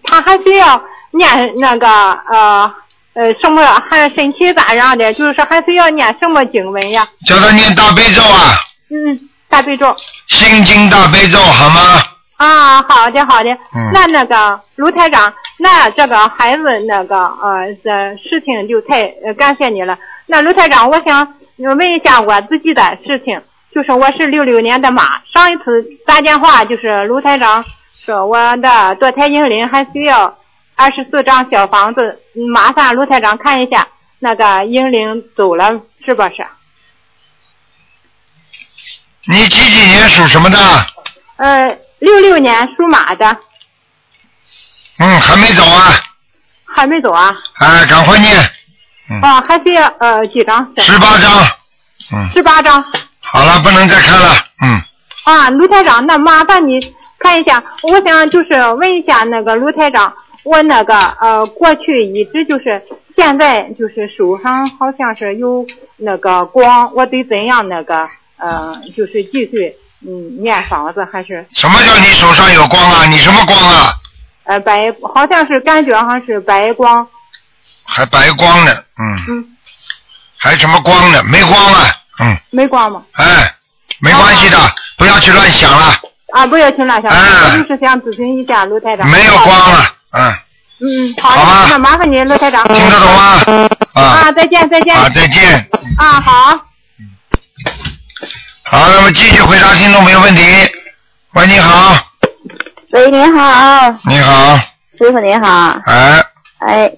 Speaker 7: 他还需要念那个呃呃什么还身体咋样的？就是说还需要念什么经文呀？
Speaker 1: 叫他念大悲咒啊，
Speaker 7: 嗯，大悲咒。
Speaker 1: 心经大悲咒好吗？
Speaker 7: 啊，好的好的，
Speaker 1: 嗯
Speaker 7: 那那个卢台长，那这个孩子那个呃这事情就太、呃、感谢你了。那卢台长，我想呃问一下我自己的事情，就是我是六六年的马，上一次打电话就是卢台长说我的堕胎婴灵还需要二十四张小房子，麻烦卢台长看一下那个婴灵走了是不是？
Speaker 1: 你几几年属什么的？
Speaker 7: 呃，六六年属马的
Speaker 1: 嗯，还没走啊，
Speaker 7: 还没走啊？
Speaker 1: 啊，赶快念
Speaker 7: 啊，还需要呃几张小？
Speaker 1: 十八章。嗯，
Speaker 7: 十八张
Speaker 1: 好了，不能再看了。嗯，
Speaker 7: 啊，卢台长，那麻烦你看一下，我想就是问一下那个卢台长，我那个呃过去一直就是现在就是手上好像是有那个光，我得怎样那个呃就是继续嗯念房子还是
Speaker 1: 什么叫你手上有光啊？你什么光啊？
Speaker 7: 呃白好像是感觉好像是白光，
Speaker 1: 还白光呢，嗯，
Speaker 7: 嗯，
Speaker 1: 还什么光呢？没光啊，嗯，
Speaker 7: 没光吗？
Speaker 1: 哎，没关系的，不要去乱想了，
Speaker 7: 啊，不要听乱想，
Speaker 1: 哎
Speaker 7: 我就是想咨询一下卢台长。
Speaker 1: 没有光了，嗯，
Speaker 7: 嗯，好
Speaker 1: 好吧
Speaker 7: 的，那麻烦您卢台长。
Speaker 1: 听得懂吗？啊
Speaker 7: 啊，，再见，再见。
Speaker 1: 好，再见。
Speaker 7: 啊，好。
Speaker 1: 好，那么继续回答听众朋友问题。喂，你好，
Speaker 8: 喂，你好，
Speaker 1: 你好，
Speaker 8: 师傅你好，
Speaker 1: 哎，
Speaker 8: 哎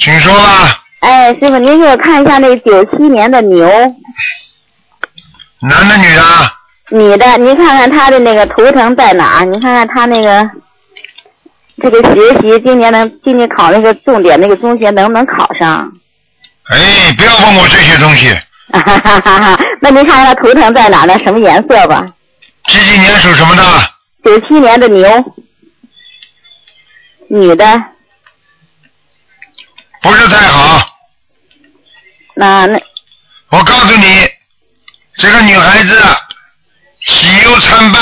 Speaker 1: 请说吧，
Speaker 8: 哎，师傅您给我看一下那九七年的牛
Speaker 1: 男的女的啊？
Speaker 8: 女的，您看看她的那个图腾在哪儿？您看看她那个这个学习，今年能今年考那个重点那个中学能不能考上？
Speaker 1: 哎，不要问我这些东西。
Speaker 8: 哈哈哈哈！那您看看她图腾在哪儿呢？什么颜色吧？
Speaker 1: 几几年属什么的？
Speaker 8: 九七年的牛，女的，
Speaker 1: 不是太好。
Speaker 8: 那那
Speaker 1: 我告诉你，这个女孩子啊喜忧参半。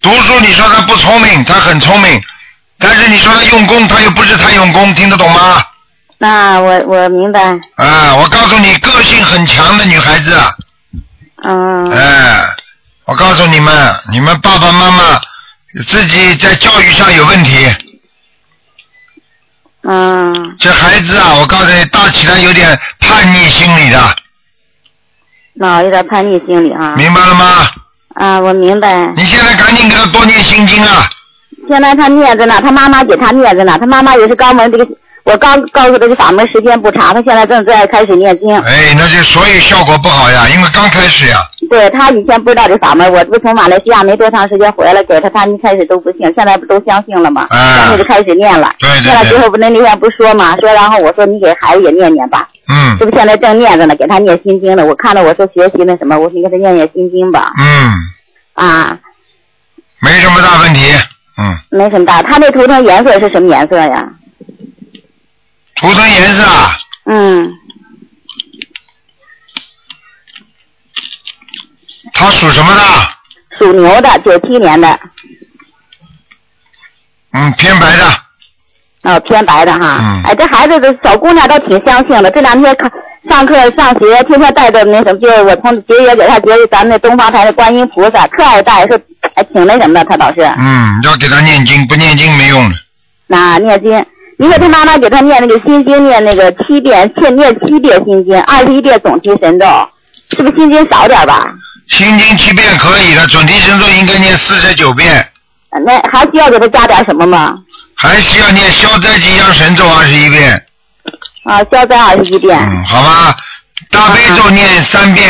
Speaker 1: 读书你说她不聪明，她很聪明，但是你说她用功，她又不是太用功，听得懂吗？
Speaker 8: 那我我明白，
Speaker 1: 啊，我告诉你，个性很强的女孩子啊，
Speaker 8: 嗯
Speaker 1: 哎，我告诉你们，你们爸爸妈妈自己在教育上有问题。
Speaker 8: 嗯
Speaker 1: 这孩子啊，我告诉你，大起来有点叛逆心理的，
Speaker 8: 那有点叛逆心理啊。
Speaker 1: 明白了吗？
Speaker 8: 啊，我明白。
Speaker 1: 你现在赶紧给他多念心经啊！
Speaker 8: 现在他念着呢，他妈妈给他念着呢，他妈妈也是刚门这个，我刚告诉他这个法门时间不长，他现在正在开始念经。
Speaker 1: 哎，那就所以效果不好呀，因为刚开始呀。
Speaker 8: 对他以前不知道这法门，我不从马来西亚没多长时间回来，给他他一开始都不信，现在不都相信了吗？
Speaker 1: 啊
Speaker 8: 现在就开始念了。
Speaker 1: 对对对
Speaker 8: 念了之后不那那天不说嘛，说然后我说你给孩子也念念吧，
Speaker 1: 嗯
Speaker 8: 这不现在正念着呢，给他念心经呢。我看到我说学习那什么，我说你给他念念心经吧。
Speaker 1: 嗯，
Speaker 8: 啊，
Speaker 1: 没什么大问题。嗯，
Speaker 8: 没什么大。他那图腾颜色是什么颜色呀？
Speaker 1: 图腾颜色啊，
Speaker 8: 嗯，
Speaker 1: 他属什么的？
Speaker 8: 属牛的，九七年的，
Speaker 1: 嗯，偏白的，
Speaker 8: 哦，偏白的哈。
Speaker 1: 嗯
Speaker 8: 哎，这孩子的小姑娘倒挺相信的，这两天看上课上学，天天带着那什么，就是我从节约给她节约咱们那东方台的观音菩萨，特爱带，是哎挺那什么的，她倒是。
Speaker 1: 嗯，要给他念经，不念经没用的。
Speaker 8: 那念经，因为他妈妈给他念那个心经，念那个七遍，欠念七遍心经，二十一遍总提神咒，是不是心经少点吧？
Speaker 1: 心经七遍可以的，准提神咒应该念四十九遍，
Speaker 8: 呃那还需要给他加点什么吗？
Speaker 1: 还需要念消灾吉祥神咒二十一遍。
Speaker 8: 啊，消灾二十一遍，
Speaker 1: 嗯，好吧，大悲咒念三遍。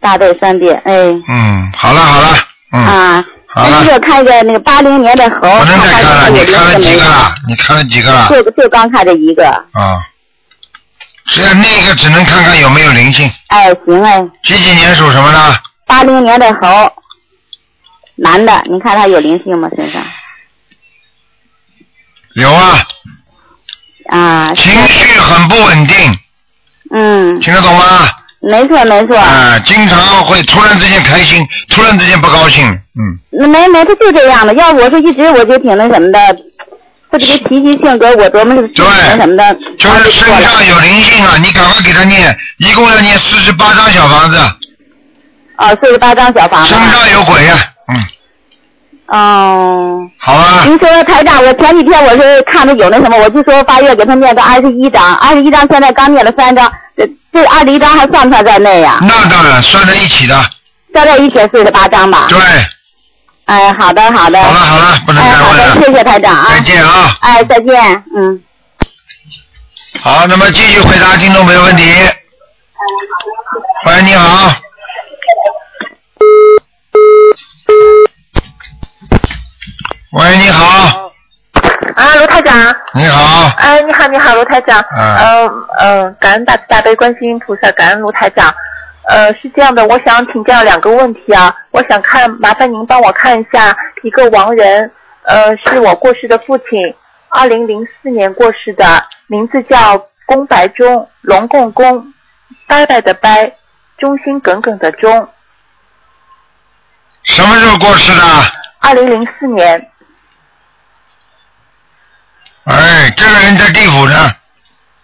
Speaker 8: 大悲三遍，哎，
Speaker 1: 嗯，好了好了，嗯，
Speaker 8: 啊，
Speaker 1: 好了
Speaker 8: 那这个看一个那个八零年的猴，
Speaker 1: 不能再看
Speaker 8: 看
Speaker 1: 了，
Speaker 8: 看
Speaker 1: 你
Speaker 8: 有
Speaker 1: 看了
Speaker 8: 没
Speaker 1: 几
Speaker 8: 有
Speaker 1: 个了？你看了几个了？
Speaker 8: 就就刚看这一个，
Speaker 1: 啊，只要那个只能看看有没有灵性。
Speaker 8: 哎，行哎，
Speaker 1: 几几年属什么的？
Speaker 8: 八零年的猴，男的，你看他有灵性吗身上？
Speaker 1: 有啊，
Speaker 8: 啊，
Speaker 1: 情绪很不稳定，
Speaker 8: 嗯，
Speaker 1: 听得懂吗？
Speaker 8: 没错没错，
Speaker 1: 啊，经常会突然之间开心，突然之间不高兴，嗯，
Speaker 8: 那没没，他就这样的。要我说一直我就挺那什么的，他这个脾气性格，我琢磨是挺那什么的，啊
Speaker 1: 就是身上有灵性啊，你赶快给他念，一共要念四十八张小房子，
Speaker 8: 啊哦，四十八张小房子
Speaker 1: 身。上有鬼呀、嗯，
Speaker 8: 哦，
Speaker 1: 好吧，
Speaker 8: 您说台长，我前几天我是看着有那什么，我就说八月给他念到二十一章，二十一章现在刚念了三章，这这二十一章还算不算在内呀、
Speaker 1: 那当然算在一起的，
Speaker 8: 算在一起四十八章吧
Speaker 1: 对，。
Speaker 8: 哎，好的好的。
Speaker 1: 好了好了，不能
Speaker 8: 哎，
Speaker 1: 再
Speaker 8: 好
Speaker 1: 问
Speaker 8: 的，
Speaker 1: 了，
Speaker 8: 谢谢台长啊。
Speaker 1: 再。见啊，
Speaker 8: 哎，再见，嗯。
Speaker 1: 好，那么继续回答听众朋友问题。喂，你好。喂，你好，
Speaker 2: 啊，卢台长，
Speaker 1: 你好，
Speaker 2: 哎，你好，你好，卢台长，
Speaker 1: 啊
Speaker 2: 嗯嗯、呃感恩大慈大悲观世音菩萨，感恩卢台长，呃，是这样的，我想请教两个问题啊，我想看，麻烦您帮我看一下一个亡人，呃，是我过世的父亲，二零零四年过世的，名字叫龚白忠，龙共公，拜拜的拜，忠心耿耿的忠，
Speaker 1: 什么时候过世的？
Speaker 2: 二零零四年，
Speaker 1: 哎，这个人在地府呢，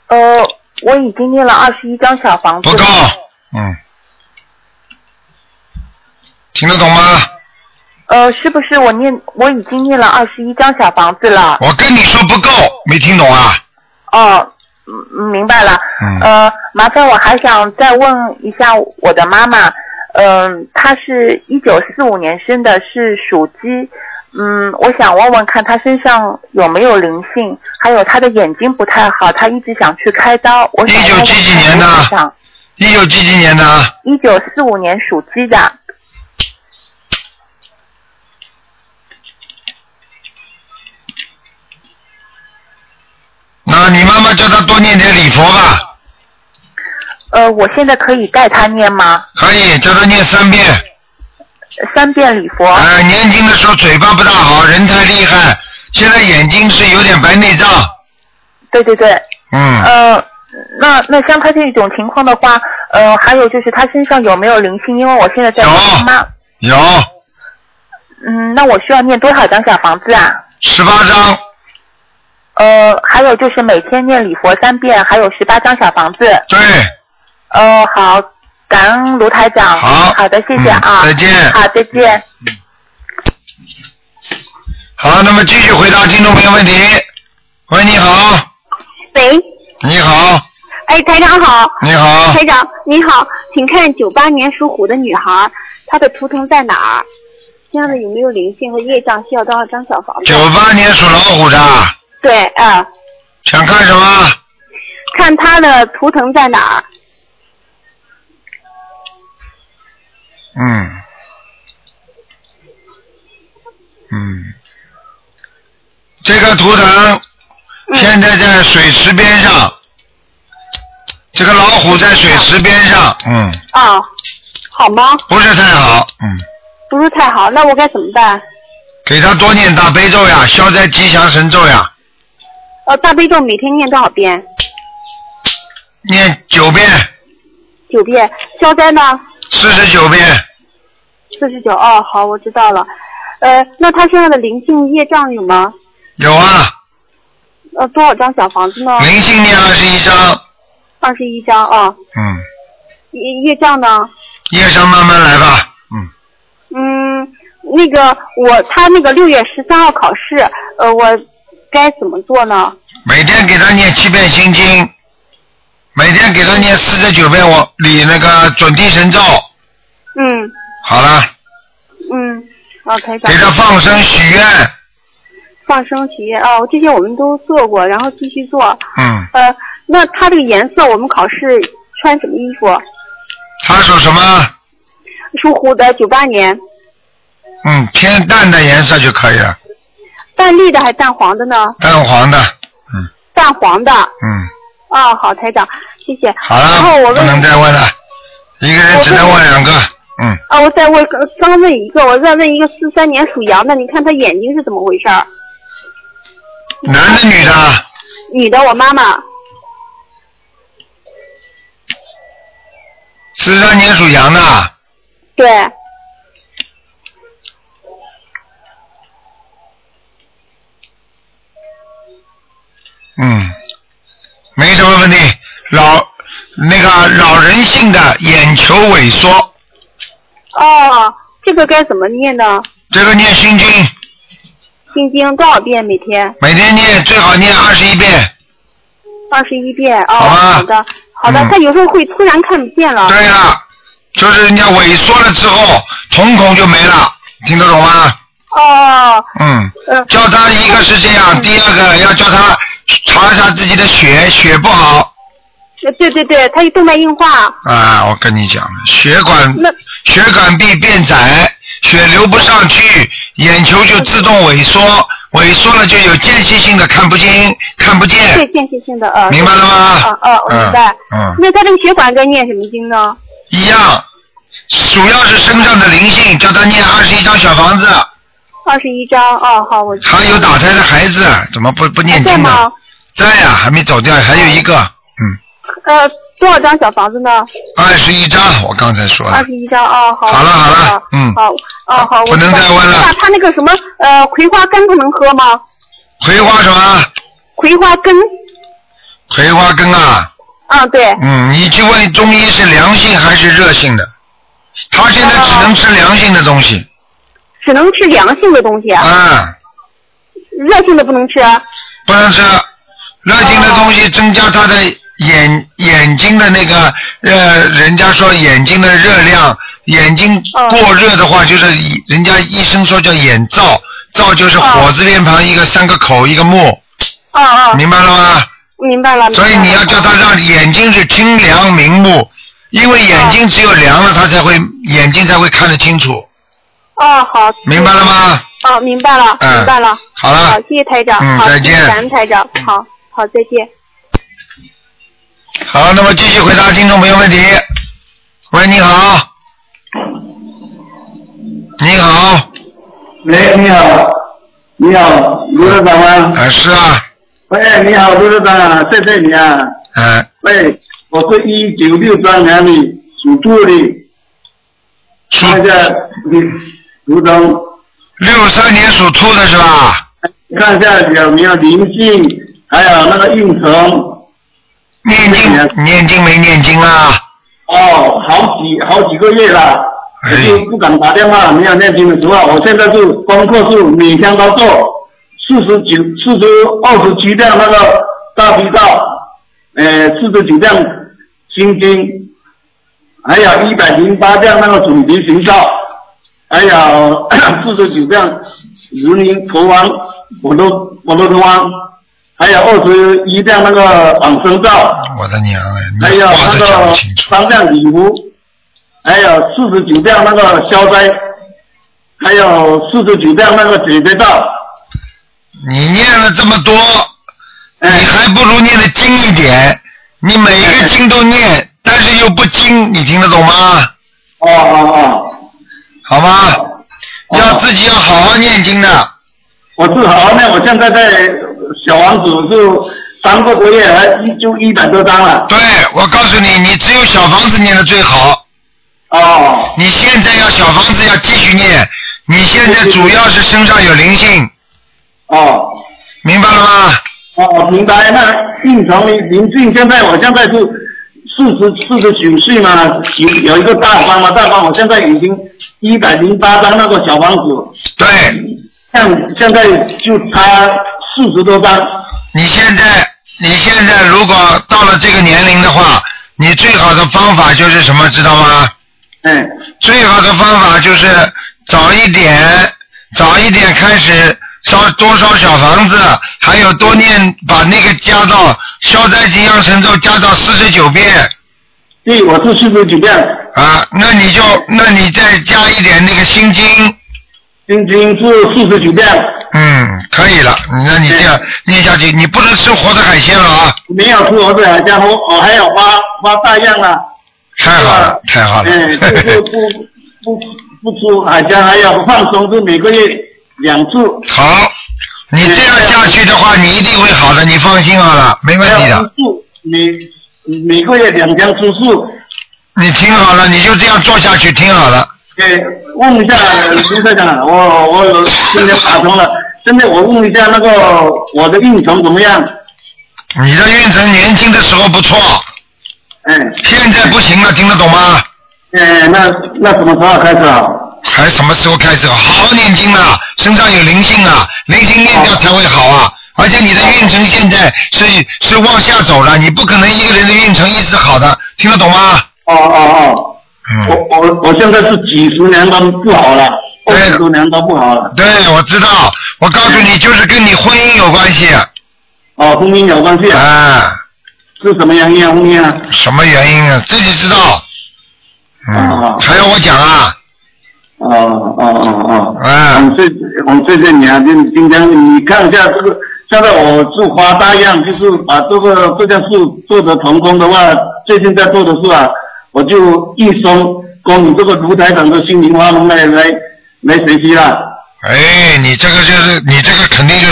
Speaker 2: 呃，我已经念了二十一张小房子
Speaker 1: 不够，
Speaker 2: 了，
Speaker 1: 嗯，听得懂吗？
Speaker 2: 呃，是不是我念我已经念了二十一张小房子了？
Speaker 1: 我跟你说不够，没听懂啊？
Speaker 2: 哦，嗯嗯明白了。
Speaker 1: 嗯
Speaker 2: 呃，麻烦我还想再问一下我的妈妈，嗯、她是一九四五年生的，是属鸡。嗯，我想问问看她身上有没有灵性，还有她的眼睛不太好，她一直想去开刀。我想问问
Speaker 1: 19几年的
Speaker 2: 呢？
Speaker 1: 一九几几年的？
Speaker 2: 一九四五年属鸡的，
Speaker 1: 那你妈妈叫他多念点礼佛吧，
Speaker 2: 呃，我现在可以带她念吗？
Speaker 1: 可以叫他念三遍。
Speaker 2: 三遍礼佛。
Speaker 1: 呃，年轻的时候嘴巴不大好，人太厉害，现在眼睛是有点白内障。
Speaker 2: 对对对。
Speaker 1: 嗯，
Speaker 2: 呃，那那像他这种情况的话，呃，还有就是他身上有没有灵性？因为我现在在
Speaker 1: 有
Speaker 2: 帮妈，
Speaker 1: 有
Speaker 2: 嗯，那我需要念多少张小房子啊？
Speaker 1: 十八张，
Speaker 2: 呃，还有就是每天念礼佛三遍，还有十八张小房子。
Speaker 1: 对，
Speaker 2: 呃，好，感恩卢台长。
Speaker 1: 好
Speaker 2: 好的，谢谢啊。
Speaker 1: 嗯再见嗯
Speaker 2: 好，再见。
Speaker 1: 好，那么继续回答听众朋友问题。喂，你好，
Speaker 7: 喂，
Speaker 1: 你好，
Speaker 7: 哎，台长好，
Speaker 1: 你好
Speaker 7: 台，长你好，请看九八年属虎的女孩，她的图腾在哪儿？这样的有没有灵性和业障？需要多少张小房子？
Speaker 1: 九八年属老虎的，
Speaker 7: 对，
Speaker 2: 嗯
Speaker 7: 啊，
Speaker 1: 想看什么？
Speaker 7: 看她的图腾在哪儿？
Speaker 1: 嗯，嗯，这个图腾现在在水池边上，这个老虎在水池边上，嗯，
Speaker 2: 哦
Speaker 7: 啊，好吗？
Speaker 1: 不是太好，嗯，
Speaker 7: 不是太好，那我该怎么办？
Speaker 1: 给他多念大悲咒呀，消灾吉祥神咒呀，
Speaker 7: 呃，大悲咒每天念多少遍？
Speaker 1: 念九遍，
Speaker 7: 九遍。消灾呢？
Speaker 1: 四十九遍，
Speaker 2: 四十九哦，好，我知道了。呃，那他身上的灵性业障有吗？
Speaker 1: 有啊，
Speaker 2: 呃，多少张小房子呢？
Speaker 1: 灵性念二十一章，
Speaker 2: 二十一张啊。
Speaker 1: 嗯，
Speaker 2: 业业障呢？
Speaker 1: 业障慢慢来吧，
Speaker 2: 嗯，那个我他那个六月十三号考试，呃，我该怎么做呢？
Speaker 1: 每天给他念七遍心经，每天给他念四十九遍往里那个准提神咒，
Speaker 2: 嗯
Speaker 1: 好了，
Speaker 2: 嗯，啊，台长。
Speaker 1: 给他放生许愿，
Speaker 2: 放生许愿啊，这些我们都做过，然后继续做。
Speaker 1: 嗯，
Speaker 2: 呃，那他这个颜色，我们考试穿什么衣服？
Speaker 1: 他属什么？
Speaker 2: 属虎的，九八年，
Speaker 1: 嗯，偏淡的颜色就可以了，
Speaker 2: 淡绿的还是淡黄的呢？
Speaker 1: 淡黄的，
Speaker 2: 淡黄的。
Speaker 1: 嗯。
Speaker 2: 啊，好，台长，谢谢。
Speaker 1: 好
Speaker 2: 然后我
Speaker 1: 了，不
Speaker 2: 问
Speaker 1: 能再问了，一个人只能问两个，嗯，
Speaker 2: 啊，我再问，刚刚问一个，我再问一个四三年属羊的，你看他眼睛是怎么回事儿？
Speaker 1: 男的女的啊？
Speaker 2: 女的，我妈妈，
Speaker 1: 十三年属羊的啊，
Speaker 2: 对，
Speaker 1: 嗯，没什么问题。老那个老人性的眼球萎缩，
Speaker 2: 哦，这个该怎么念呢？
Speaker 1: 这个念心经，
Speaker 2: 心经多少遍每天？
Speaker 1: 每天念最好念二十一遍。
Speaker 2: 二十一遍哦，好的，好的。他有时候会突然看不见了。
Speaker 1: 啊嗯对了，就是人家萎缩了之后，瞳孔就没了，听得懂吗？
Speaker 2: 哦，
Speaker 1: 嗯，叫他一个是这
Speaker 2: 嗯
Speaker 1: 样，第二个要叫他查一下自己的血，血不好
Speaker 2: 呃对对对，他有动脉硬化。
Speaker 1: 啊！我跟你讲，血管
Speaker 2: 那
Speaker 1: 血管壁变窄，血流不上去，眼球就自动萎缩，萎缩了就有间歇性的看不清、看不
Speaker 2: 对
Speaker 1: 见。
Speaker 2: 间歇性的呃。
Speaker 1: 明白了吗
Speaker 2: 啊啊，我明白。
Speaker 1: 嗯嗯
Speaker 2: 那他这个血管该念什么经呢？
Speaker 1: 一样，主要是身上的灵性，叫他念二十一张小房子。
Speaker 2: 二十一章哦，好，我。
Speaker 1: 还有打胎的孩子怎么不不念
Speaker 2: 在
Speaker 1: 经呢
Speaker 2: 哎吗？？哦
Speaker 1: 在呀、还没走掉，还有一个嗯
Speaker 2: 呃，多少张小房子呢？
Speaker 1: 二十一张，我刚才说
Speaker 2: 二
Speaker 1: 了，
Speaker 2: 十一张哦，好。
Speaker 1: 啊好了好了
Speaker 2: 好
Speaker 1: 嗯
Speaker 2: 好，哦好，
Speaker 1: 不能再问了
Speaker 2: 那他那个什么呃，葵花根他能喝吗？
Speaker 1: 葵花什么？啊
Speaker 2: 葵花根，
Speaker 1: 葵花根啊。
Speaker 2: 啊对，
Speaker 1: 嗯，你去问中医是凉性还是热性的，他现在只能吃凉性的东西。
Speaker 2: 只能吃凉性的东西，
Speaker 1: 啊，
Speaker 2: 热性的不能吃。啊
Speaker 1: 不能吃热性的东西，增加他的眼眼睛的那个呃，人家说眼睛的热量，眼睛过热的话，就是以人家医生说叫眼燥，燥就是
Speaker 2: 哦
Speaker 1: 火字边旁一个三个口一个木，
Speaker 2: 啊啊，
Speaker 1: 明白了吗？
Speaker 2: 明白了。明白
Speaker 1: 所以
Speaker 2: 了
Speaker 1: 你要叫他让眼睛是清凉明目，因为眼睛只有凉了，他才会眼睛才会看得清楚，
Speaker 2: 哦好，
Speaker 1: 明白了吗？
Speaker 2: 哦，明白了，
Speaker 1: 嗯
Speaker 2: 明白了。
Speaker 1: 好了
Speaker 2: 好，谢谢台长。
Speaker 1: 嗯
Speaker 2: 好，
Speaker 1: 再见嗯
Speaker 2: 谢谢咱们台长，好好再见。
Speaker 1: 好，那么继续回答听众朋友问题。喂，你好。你好，
Speaker 9: 喂，你好，你好，卢社长吗？
Speaker 1: 啊，是啊，
Speaker 9: 喂，你好，卢社长，谢谢你啊。
Speaker 1: 嗯，
Speaker 9: 喂，我是一九六三年的，属兔的。看一下你卢总。
Speaker 1: 六三年属兔的是吧？
Speaker 9: 看一下有没有灵性，还有那个运程。
Speaker 1: 念经，念经没念经啊？
Speaker 9: 哦，好几好几个月了，我就不敢打电话，没有念经的时候，我现在是功课是每天都做，四十九、四十二十七辆那个大悲咒，呃，四十九辆心经，还有一百零八辆那个准提神咒，还有 四十九辆如林陀王、婆罗婆罗多王，还有二十一辆那个往生咒。
Speaker 1: 我的娘哎，
Speaker 9: 还
Speaker 1: 你
Speaker 9: 有
Speaker 1: 话
Speaker 9: 那
Speaker 1: 都讲不
Speaker 9: 个
Speaker 1: 清楚。
Speaker 9: 三辆礼服，还有四十九辆那个消灾，还有四十九辆那个解决道。
Speaker 1: 你念了这么多，
Speaker 9: 哎
Speaker 1: 你还不如念的精一点。你每一个经都念，但是又不精，你听得懂吗？
Speaker 9: 哦哦哦，
Speaker 1: 好吗？啊要自己要好好念经的。
Speaker 9: 我是好好念，我现在在小王子是三个多月，还一就一百多张了。
Speaker 1: 对，我告诉你，你只有小房子念的最好。
Speaker 9: 哦。
Speaker 1: 你现在要小房子要继续念，你现在主要是身上有灵性。
Speaker 9: 哦。
Speaker 1: 明白了吗？
Speaker 9: 哦，明白。那运程林林俊，现在我现在是四十四十九岁嘛，有有一个大方嘛，大方，我现在已经一百零八张那个小房子。
Speaker 1: 对。
Speaker 9: 像现在就差四十多张。
Speaker 1: 你现在你现在如果到了这个年龄的话，你最好的方法就是什么，知道吗？
Speaker 9: 嗯。
Speaker 1: 最好的方法就是早一点，早一点开始烧多烧小房子，还有多念把那个加到消灾吉祥神咒加到四十九遍。
Speaker 9: 对，我是四十九遍。
Speaker 1: 啊，那你就那你再加一点那个心经。
Speaker 9: 心经是四十九遍。
Speaker 1: 嗯，可以了。那你这样念下去，你不能吃活的海鲜了啊！
Speaker 9: 没有出我这两家伙，我哦还有挖挖大样啊。
Speaker 1: 太好了，太好了。
Speaker 9: 嗯，就是不不不出海鲜，还要放松，是每个月两次。
Speaker 1: 好，你这样下去的话，你一定会好的，你放心好了，没问题的。
Speaker 9: 素，每每个月两箱吃素。
Speaker 1: 你听好了，你就这样做下去，听好了。
Speaker 9: 对，问一下卢科长，我我今天打通了，现在我问一下那个我的运程怎么样？
Speaker 1: 你的运程年轻的时候不错，
Speaker 9: 嗯，
Speaker 1: 现在不行了，听得懂吗？
Speaker 9: 呃，那那什么时候开始啊？
Speaker 1: 还什么时候开始好？好好念经啊，身上有灵性啊，灵性念掉才会好啊。而且你的运程现在是是往下走了，你不可能一个人的运程一直好的，听得懂吗？
Speaker 9: 哦哦哦。
Speaker 1: 嗯
Speaker 9: 我我我现在是几十年都不好了，二十多年都不好了。
Speaker 1: 对，我知道，我告诉你，就是跟你婚姻有关系。
Speaker 9: 哦，婚姻有关系
Speaker 1: 啊。
Speaker 9: 是什么原因啊？婚姻啊？
Speaker 1: 什么原因啊？自己知道。嗯，还要我讲啊？
Speaker 9: 哦哦哦哦。
Speaker 1: 啊。
Speaker 9: 我们谢我们谢谢你啊，今今天你看一下这个，现在我是花大样，就是把这个这件事做得成功的话，最近在做的事啊，我就一生供你这个卢台长的心灵花龙来来来学习了。
Speaker 1: 哎，你这个就是你这个肯定就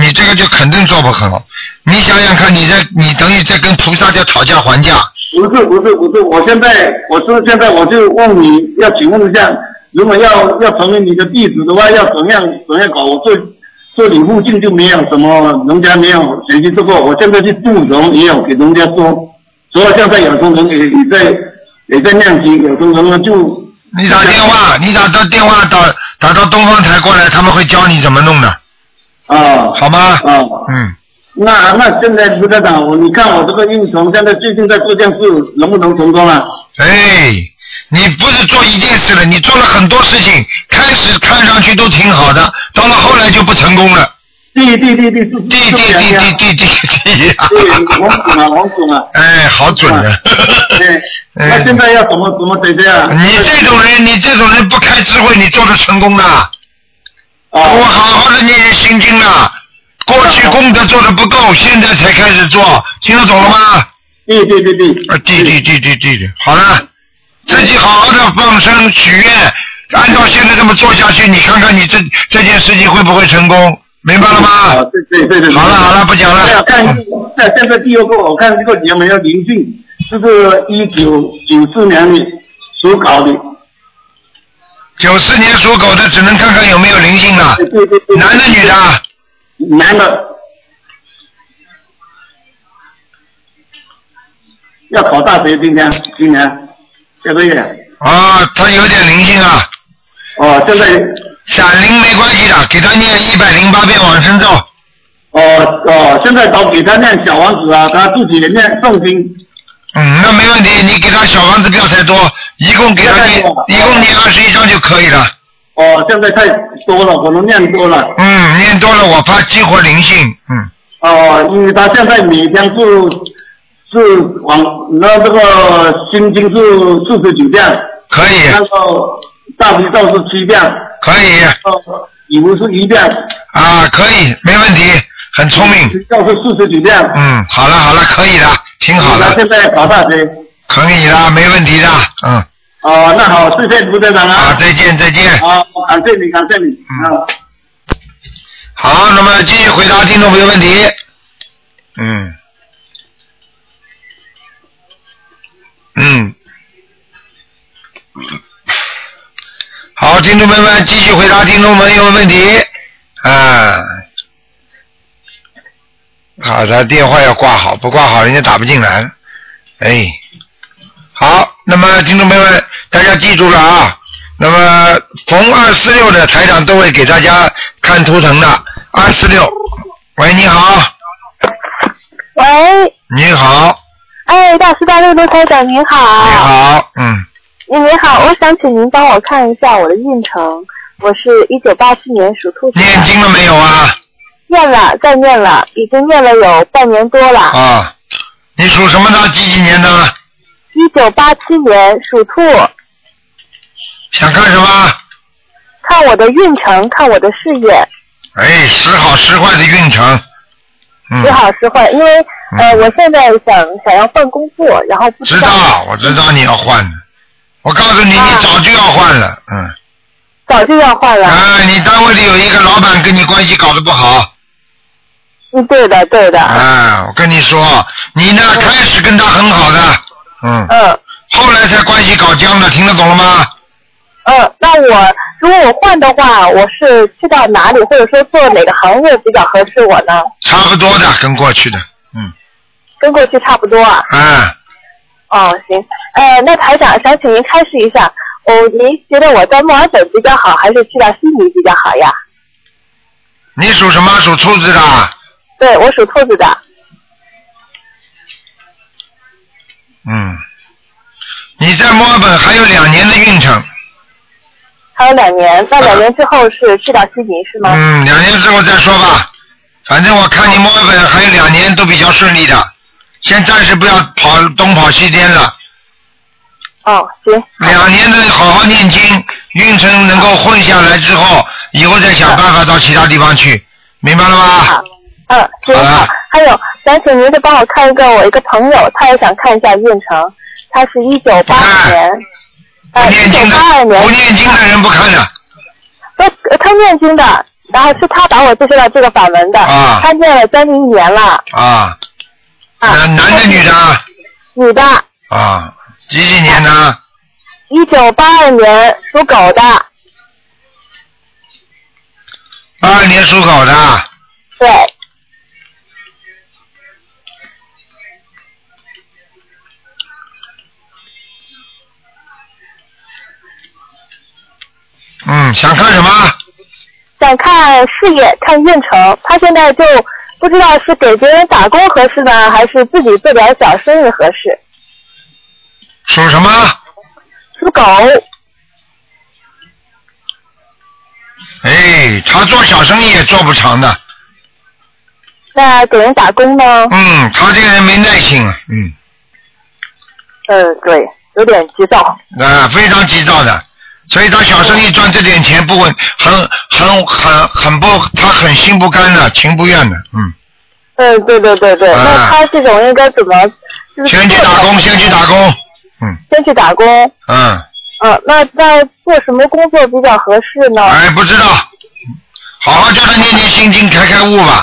Speaker 1: 你这个就肯定做不好。你想想看，你在你等于在跟菩萨在讨价还价。
Speaker 9: 不是不是不是，我现在我是现在我就问你要请问一下，如果要要成为你的弟子的话，要怎样怎样搞？我这这里附近就没有什么人家没有学习这个，我现在去助人也有给人家说，所以现在有些人也也在也在练习，有些人就
Speaker 1: 你打电话，你打到电话打打到东方台过来，他们会教你怎么弄的。
Speaker 9: 啊，
Speaker 1: 好吗？
Speaker 9: 啊，
Speaker 1: 嗯，
Speaker 9: 那那现在卢科长，我你看我这个运程现在最近在做件事能不能成功啊？
Speaker 1: 哎，你不是做一件事了，你做了很多事情，开始看上去都挺好的，到了后来就不成功了。
Speaker 9: 对对对对，对
Speaker 1: 对对对对对
Speaker 9: 对，王总啊，王总啊，
Speaker 1: 哎，好准 啊！
Speaker 9: 对，哎那现在要怎么怎么解决啊？
Speaker 1: 你这种人，你这种人不开智慧，你做的成功的。
Speaker 9: 啊哦
Speaker 1: 我好好的念念心经了，过去功德做的不够，现在才开始做，听得懂了吗？
Speaker 9: 对对对对。
Speaker 1: 啊，对对对对对对，好了，自己好好的放生许愿，按照现在这么做下去，你看看你这这件事情会不会成功？明白了吗？
Speaker 9: 啊对对对对。
Speaker 1: 好了好了，不讲
Speaker 9: 对啊
Speaker 1: 了。嗯
Speaker 9: 看现现在第二个，我看这个有没有灵性，这是一九九四年的属狗的。
Speaker 1: 九四年属狗的，只能看看有没有灵性了。
Speaker 9: 对对对。
Speaker 1: 男的女的？啊
Speaker 9: 男的。要考大学，今天今年这个月。
Speaker 1: 啊，他有点灵性啊。
Speaker 9: 哦，现在。
Speaker 1: 闪灵没关系的，给他念一百零八遍往生咒。
Speaker 9: 哦哦，现在都给他念小王子啊，他自己也念诵经。
Speaker 1: 嗯，那没问题，你给他小房子不要太多，一共给他念，一共念二十一张就可以了。
Speaker 9: 哦，现在太多了，可能念多了。
Speaker 1: 嗯，念多了我怕激活灵性。嗯，
Speaker 9: 哦，因为他现在每天是是往那这个心经是四十九遍，
Speaker 1: 可以。
Speaker 9: 那个大悲咒是七遍，
Speaker 1: 可以。
Speaker 9: 哦，礼佛是一遍，
Speaker 1: 啊，可以，没问题，很聪明。
Speaker 9: 咒是四十九遍。
Speaker 1: 嗯，好了好了，可以了，挺好
Speaker 9: 他
Speaker 1: 的，
Speaker 9: 现在考大学。
Speaker 1: 可以了，没问题的。嗯，
Speaker 9: 哦，那好，谢谢卢队长啊。啊，
Speaker 1: 再见再见。
Speaker 9: 啊，感谢你，感谢你。嗯。
Speaker 1: 好，那么继续回答听众朋友问题。嗯。嗯，好，听众朋友们，继续回答听众朋友们问题。啊，好的，电话要挂好，不挂好人家打不进来了。哎，好，那么听众朋友们，大家记住了啊。那么逢二四六的台长都会给大家看图腾的。二四六，喂，你好，
Speaker 2: 喂，
Speaker 1: 你好，
Speaker 2: 哎，大师大陆的台长您好。
Speaker 1: 你好，嗯，
Speaker 2: 您好，我想请您帮我看一下我的运程。我是一九八七年属兔子。
Speaker 1: 念经了没有啊？
Speaker 2: 念了，再念了，已经念了有半年多了。
Speaker 1: 啊，你属什么的？几几年的？
Speaker 2: 一九八七年属兔，
Speaker 1: 想看什么？
Speaker 2: 看我的运程，看我的事业，
Speaker 1: 哎，时好时坏的运程，嗯
Speaker 2: 时好时坏。因为呃，我现在想想要换工作，然后不
Speaker 1: 知道，啊我知道你要换的，我告诉你，你早就要换了，嗯。
Speaker 2: 早就要换了。
Speaker 1: 啊，你单位里有一个老板跟你关系搞得不好。
Speaker 2: 嗯，对的，对的。
Speaker 1: 啊，我跟你说，你呢开始跟他很好的，嗯。
Speaker 2: 嗯。
Speaker 1: 后来才关系搞僵的，听得懂了吗？
Speaker 2: 呃，那我如果我换的话，我是去到哪里，或者说做哪个行业比较合适我呢？
Speaker 1: 差不多的，跟过去的，嗯，
Speaker 2: 跟过去差不多啊。
Speaker 1: 啊，
Speaker 2: 哦，行，呃，那台长想请您开示一下，哦，您觉得我在墨尔本比较好，还是去到悉尼比较好呀？
Speaker 1: 你属什么？属兔子的。
Speaker 2: 对，我属兔子的。
Speaker 1: 嗯，你在墨尔本还有两年的运程，
Speaker 2: 还有两年，那两年之后是去到悉尼是吗？
Speaker 1: 嗯，两年之后再说吧。反正我看你墨尔本还有两年都比较顺利的，先暂时不要跑东跑西颠了。嗯
Speaker 2: 哦，行。
Speaker 1: 两年的好好念经，运程能够混下来之后，以后再想办法到其他地方去，明白了吗？
Speaker 2: 嗯，行好。还有，想请您再帮我看一个我一个朋友，他也想看一下运程，他是一九八二年，呃，一九八二年。
Speaker 1: 不念经的人不看的，
Speaker 2: 呃他念经的，然后是他把我介绍到这个法门的，
Speaker 1: 啊
Speaker 2: 他念了将近一年了，
Speaker 1: 啊。男男的女的啊
Speaker 2: 女的，
Speaker 1: 啊？几几年的？
Speaker 2: 一九八二年属狗的，
Speaker 1: 八二年属狗的，
Speaker 2: 对，
Speaker 1: 嗯，想看什么？
Speaker 2: 想看事业，看运程，他现在就不知道是给别人打工合适呢，还是自己做点小生意合适。
Speaker 1: 属什么？
Speaker 2: 属狗，
Speaker 1: 哎，他做小生意也做不长的，
Speaker 2: 那给人打工呢？
Speaker 1: 嗯，他这个人没耐性，嗯，
Speaker 2: 嗯，对，有点急躁。
Speaker 1: 啊，非常急躁的，所以他小生意赚这点钱不稳，很很很很不，他很心不甘的，情不愿的，嗯，
Speaker 2: 嗯，对对对
Speaker 1: 啊
Speaker 2: 对，那他这种应该怎么？就是
Speaker 1: 先去打工，先去打工，
Speaker 2: 先去打工。
Speaker 1: 嗯，
Speaker 2: 嗯，那那做什么工作比较合适呢？
Speaker 1: 哎，不知道，好好叫他念念心经，开开悟吧，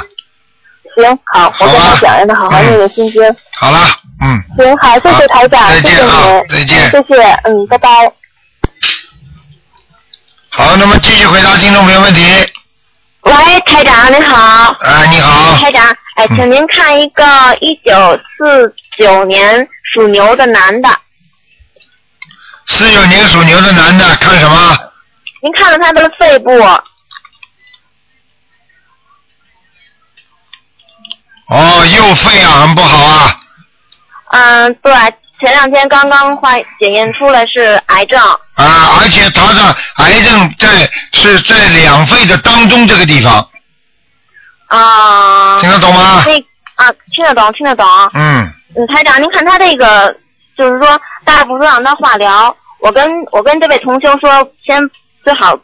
Speaker 2: 行，好，我跟他讲，让他好
Speaker 1: 嗯
Speaker 2: 好念念心经。
Speaker 1: 好了，嗯，
Speaker 2: 行，好，谢谢台长，
Speaker 1: 再
Speaker 2: 谢
Speaker 1: 见
Speaker 2: 谢
Speaker 1: 啊
Speaker 2: 您，
Speaker 1: 再见
Speaker 2: 嗯谢谢，嗯，拜拜。
Speaker 1: 好，那么继续回答听众朋友问题，
Speaker 10: 喂，台长您好。
Speaker 1: 哎，你好。
Speaker 10: 台长，哎，请您看一个一九四九年属牛的男的，
Speaker 1: 四九年属牛的男的看什么？
Speaker 10: 您看看他的肺部，
Speaker 1: 哦，右肺啊，很不好啊，
Speaker 10: 嗯，对，前两天刚刚化检验出来是癌症，
Speaker 1: 啊，而且他的癌症在是在两肺的当中这个地方，
Speaker 10: 啊、
Speaker 1: 听得懂吗
Speaker 10: 那啊，听得懂，听得懂。
Speaker 1: 嗯。
Speaker 10: 嗯，台长，您看他这个，就是说大夫说让他化疗，我跟我跟这位同修说，先最好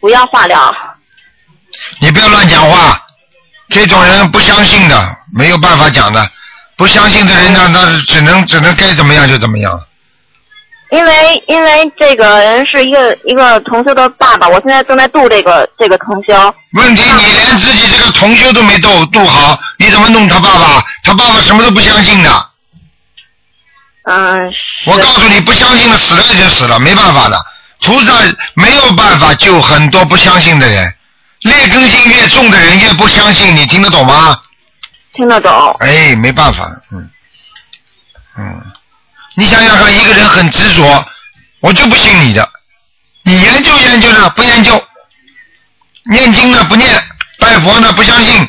Speaker 10: 不要化疗。
Speaker 1: 你不要乱讲话，这种人不相信的，没有办法讲的，不相信的人呢，那只能只能该怎么样就怎么样。
Speaker 10: 因为因为这个人是一个一个同修的爸爸，我现在正在度这个这个同修。
Speaker 1: 问题你连自己这个同修都没斗度好，你怎么弄他爸爸？他爸爸什么都不相信的，
Speaker 4: 呃
Speaker 10: 嗯，
Speaker 1: 我告诉你，不相信的死了就死了，没办法的。菩萨没有办法救很多不相信的人，劣根性越重的人越不相信，你听得懂吗？
Speaker 4: 听得懂。
Speaker 1: 哎，没办法，嗯，嗯，你想想看，一个人很执着，我就不信你的，你研究研究呢，不研究，念经呢不念，拜佛呢不相信，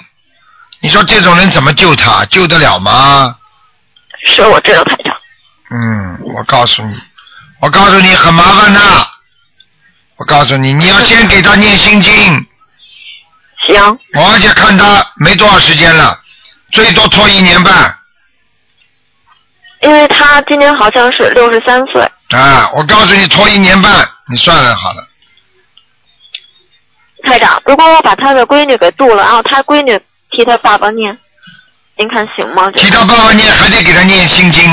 Speaker 1: 你说这种人怎么救他？救得了吗？
Speaker 4: 是，我知道台长。
Speaker 1: 嗯，我告诉你，我告诉你很麻烦的。我告诉你，你要先给他念心经。
Speaker 4: 行。
Speaker 1: 我而且看他没多少时间了，最多拖一年半。
Speaker 4: 因为他今年好像是六十三岁。
Speaker 1: 啊，我告诉你，拖一年半，你算了好了。
Speaker 4: 台长，如果我把他的闺女给渡了，然后他闺女替他爸爸念，您看行吗？
Speaker 1: 替他爸爸念，还得给他念心经。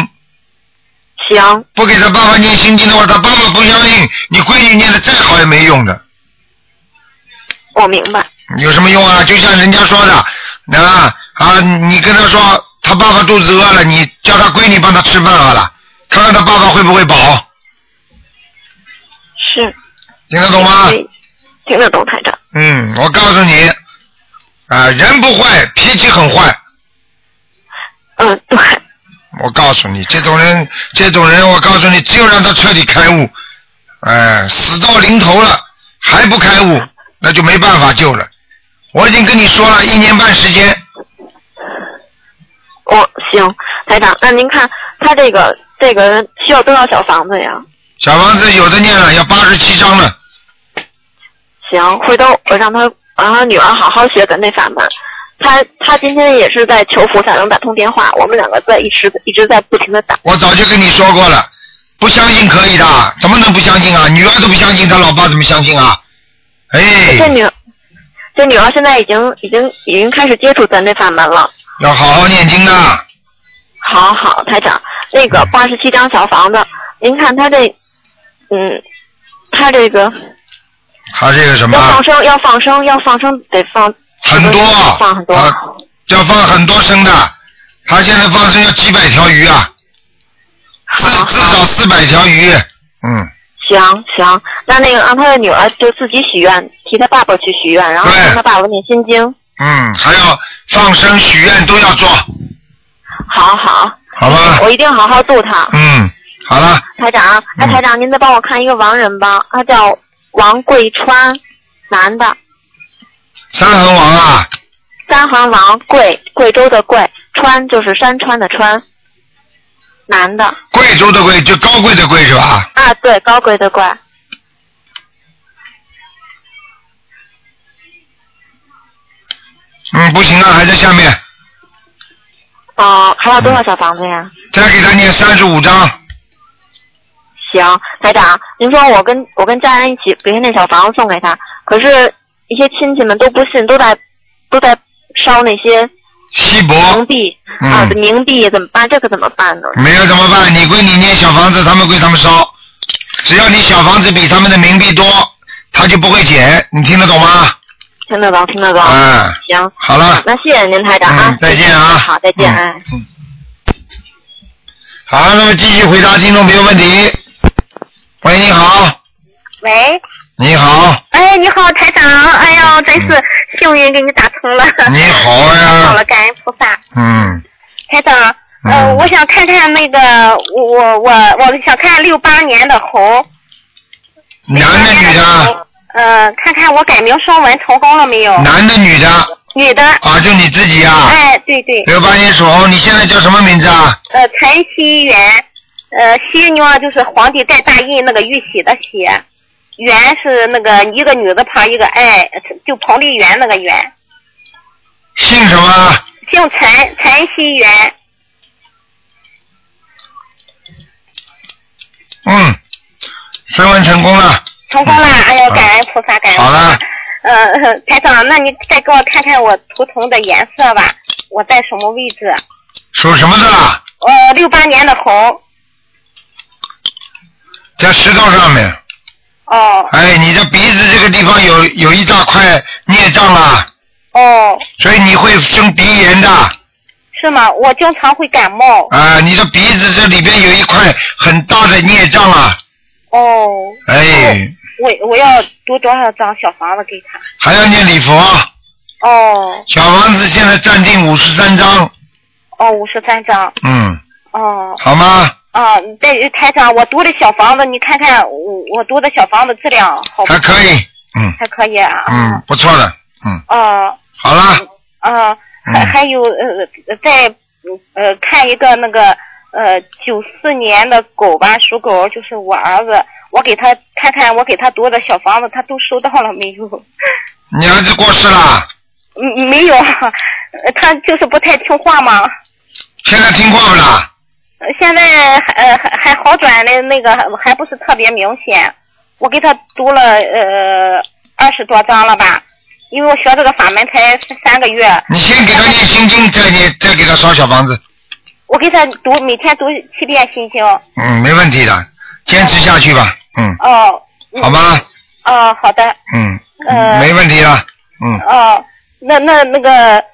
Speaker 4: 行。
Speaker 1: 不给他爸爸念心经的话，他爸爸不相信，你闺女念的再好也没用的。
Speaker 4: 我明白。
Speaker 1: 有什么用啊？就像人家说的，啊啊，你跟他说他爸爸肚子饿了，你叫他闺女帮他吃饭好了，看看他爸爸会不会饱，
Speaker 4: 是。
Speaker 1: 听得懂吗？
Speaker 4: 听得懂，台长。
Speaker 1: 嗯，我告诉你，啊，人不坏，脾气很坏。
Speaker 4: 嗯，对。
Speaker 1: 我告诉你，这种人，这种人，我告诉你，只有让他彻底开悟，哎，死到临头了还不开悟，那就没办法救了。我已经跟你说了一年半时间，
Speaker 4: 哦，行，台长，那您看他这个这个人需要多少小房子呀？
Speaker 1: 小房子有的念了，要八十七章了。
Speaker 4: 行，回头我让他，让他女儿好好学咱这法门。他他今天也是在求菩萨能打通电话，我们两个在一直一直在不停的打。
Speaker 1: 我早就跟你说过了，不相信可以的，怎么能不相信啊？女儿都不相信，他老爸怎么相信啊？哎，
Speaker 4: 这女这女儿现在已经已经已经开始接触咱这法门了。
Speaker 1: 要好好念经的。
Speaker 4: 好好，台长，那个八十七张小房子，您看他这，嗯，他这个
Speaker 1: 他这个什
Speaker 4: 要
Speaker 1: 么
Speaker 4: 放，生，要放生，要放生，得放
Speaker 1: 很多
Speaker 4: 放很多。
Speaker 1: 啊，要放很多生的，他现在放生要几百条鱼啊，至至少四百条鱼，嗯。
Speaker 4: 行行，那那个让他的女儿就自己许愿，替他爸爸去许愿，然后让他爸爸念心经。
Speaker 1: 嗯，还要放生、许愿都要做，
Speaker 4: 好好，
Speaker 1: 好吧？
Speaker 4: 我一定好好度他。
Speaker 1: 嗯，好了，
Speaker 4: 台长，哎，台长，您再帮我看一个亡人吧，他叫王桂川，男的，
Speaker 1: 三横王啊，
Speaker 4: 三横王，贵贵州的贵，川就是山川的川，男的
Speaker 1: 贵州的贵就高贵的贵是吧？
Speaker 4: 啊，对，高贵的贵，
Speaker 1: 嗯，不行啊，还在下面，
Speaker 4: 哦，还有多少小房子呀？
Speaker 1: 再给他念三十五章。
Speaker 4: 行，台长，您说我跟我跟家人一起，别人那小房子送给他，可是一些亲戚们都不信，都在都在烧那些
Speaker 1: 锡箔
Speaker 4: 冥币、
Speaker 1: 嗯
Speaker 4: 啊，冥币怎么办？这可怎么办呢？
Speaker 1: 没有怎么办？你归你念小房子，他们归他们烧。只要你小房子比他们的冥币多，他就不会减。你听得懂吗？
Speaker 4: 听得懂，听得懂。
Speaker 1: 嗯
Speaker 4: 行，
Speaker 1: 好了
Speaker 4: 那谢谢您，台长啊
Speaker 1: 嗯，再见啊
Speaker 4: 好，再见，哎。
Speaker 1: 好，那么继续回答听众朋友问题。喂，你好，
Speaker 2: 喂，
Speaker 1: 你好，
Speaker 2: 哎，你好，台长，哎呦，真是
Speaker 1: 嗯
Speaker 2: 幸运给你打通了。
Speaker 1: 你好啊呀
Speaker 2: 太 好了，感恩菩萨。
Speaker 1: 嗯，
Speaker 2: 台长，呃，我想看看那个，我我我我想看六八年的猴，
Speaker 1: 男的女的，
Speaker 2: 呃，看看我改名声纹成功了没有？
Speaker 1: 男的女的
Speaker 2: 女的。
Speaker 1: 啊，就你自己啊。
Speaker 2: 哎，对对。
Speaker 1: 六八年属猴，你现在叫什么名字啊？
Speaker 2: 呃，陈希元，呃，希呢就是皇帝盖大印那个玉玺的玺，元是那个一个女字旁一个爱，就彭丽媛那个媛。
Speaker 1: 姓什么？
Speaker 2: 姓陈，陈希元。
Speaker 1: 嗯，升温成功了。
Speaker 2: 成功啦！哎呦，感恩菩萨，感恩
Speaker 1: 嗯
Speaker 2: 菩
Speaker 1: 好
Speaker 2: 萨
Speaker 1: 了。，
Speaker 2: 呃，台长，那你再给我看看我图腾的颜色吧，我在什么位置？
Speaker 1: 属什么的啦？
Speaker 2: 呃，六八年的猴。
Speaker 1: 在石头上面。
Speaker 2: 哦。
Speaker 1: 哎，你的鼻子这个地方有有一大块孽障啦，啊
Speaker 2: 哦，
Speaker 1: 所以你会生鼻炎的。
Speaker 2: 是是吗？我经常会感冒。
Speaker 1: 啊，你的鼻子这里边有一块很大的孽障啊，
Speaker 2: 哦，
Speaker 1: 哎，
Speaker 2: 我我要读多少张小房子给他？
Speaker 1: 还要念礼佛。
Speaker 2: 哦
Speaker 1: 小房子现在暂定五十三章，
Speaker 2: 哦，五十三张。
Speaker 1: 嗯，
Speaker 2: 哦。
Speaker 1: 好吗？
Speaker 2: 啊，在台长，我读的小房子，你看看我我读的小房子质量好不好？
Speaker 1: 还可以，嗯
Speaker 2: 还可以啊。
Speaker 1: 嗯，不错的，嗯，
Speaker 2: 啊
Speaker 1: 好了，
Speaker 2: 啊，还还有呃，再呃看一个那个呃九四年的狗吧，属狗，就是我儿子，我给他看看，我给他读的小房子，他都收到了没有？
Speaker 1: 你儿子过世了，
Speaker 2: 嗯，没有，呃他就是不太听话嘛。
Speaker 1: 现在听话不啦？
Speaker 2: 呃现在呃还还好转的那个还不是特别明显，我给他读了呃二十多章了吧，因为我学这个法门才三个月，
Speaker 1: 你先给他念心经，再念再给他烧小房子，
Speaker 2: 我给他读每天读七遍心经，
Speaker 1: 嗯，没问题的，坚持下去吧，嗯，
Speaker 2: 哦，嗯
Speaker 1: 好吗？
Speaker 2: 哦，好的，
Speaker 1: 嗯，
Speaker 2: 呃，
Speaker 1: 没问题了，嗯，
Speaker 2: 哦，那那那个呃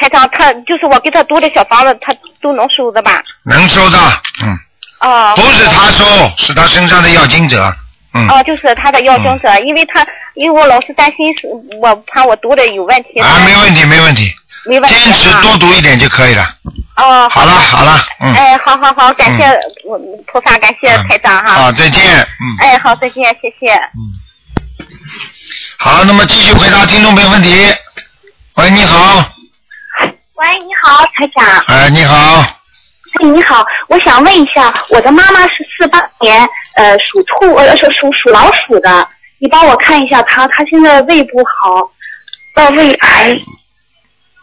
Speaker 2: 台长他就是我给他读的小房子，他都能收的吧？
Speaker 1: 能收到，嗯，
Speaker 2: 哦，
Speaker 1: 不是他收，是他身上的要经者，嗯，
Speaker 2: 哦，就是他的药精者，因为他因为我老是担心是我怕我读的有问题，
Speaker 1: 啊，没问题，没问题，
Speaker 2: 没问题
Speaker 1: 坚持
Speaker 2: 啊
Speaker 1: 多读一点就可以了，
Speaker 2: 哦，
Speaker 1: 好了，好了，嗯，
Speaker 2: 哎，好好好，感谢
Speaker 1: 嗯
Speaker 2: 我菩萨，感谢台长哈。
Speaker 1: 好，嗯再见，嗯。
Speaker 2: 哎，好，再见，谢谢。
Speaker 1: 好，那么继续回答听众朋友问题。喂，你好，
Speaker 8: 喂，你好，台长。
Speaker 1: 哎，你好，
Speaker 8: 哎，你好，我想问一下，我的妈妈是四八年，呃，属兔，呃，是属属老鼠的，你帮我看一下她，她现在胃不好，呃，胃癌。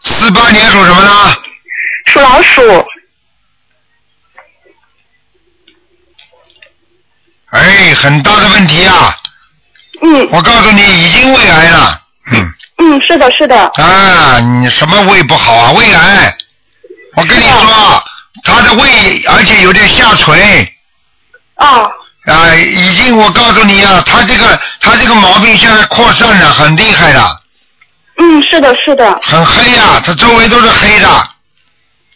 Speaker 1: 四八年属什么呢？
Speaker 8: 属老鼠。
Speaker 1: 哎，很大的问题啊。
Speaker 8: 嗯。
Speaker 1: 我告诉你，已经胃癌了。
Speaker 8: 嗯，是的，是的。
Speaker 1: 啊，你什么胃不好啊？胃癌。我跟你
Speaker 8: 啊
Speaker 1: 说，他的胃而且有点下垂。
Speaker 8: 哦。
Speaker 1: 啊，已经我告诉你啊，他这个他这个毛病现在扩散了，很厉害的，
Speaker 8: 嗯，是的，是的。
Speaker 1: 很黑呀、他周围都是黑的。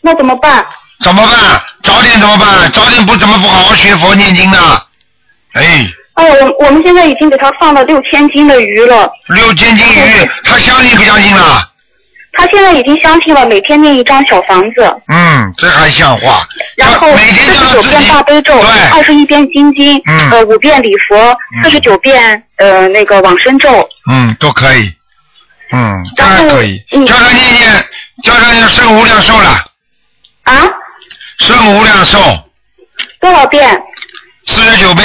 Speaker 8: 那怎么办？
Speaker 1: 怎么办？早点怎么办？早点不怎么不好好学佛念经呢？哎，
Speaker 8: 哎，我我们现在已经给她放了六千斤的鱼了，
Speaker 1: 六千斤鱼，他相信不相信了？
Speaker 8: 她现在已经相信了，每天念一张小房子，
Speaker 1: 嗯，这还像话？
Speaker 8: 然后四十九遍大悲咒，二十一遍心经，
Speaker 1: 嗯
Speaker 8: 呃，五遍礼佛，四十九遍呃那个往生咒，
Speaker 1: 嗯，都可以。嗯，当然可以。叫他念念，叫他念圣无量寿了。
Speaker 8: 啊？
Speaker 1: 圣无量寿
Speaker 8: 多少遍？
Speaker 1: 四十九遍，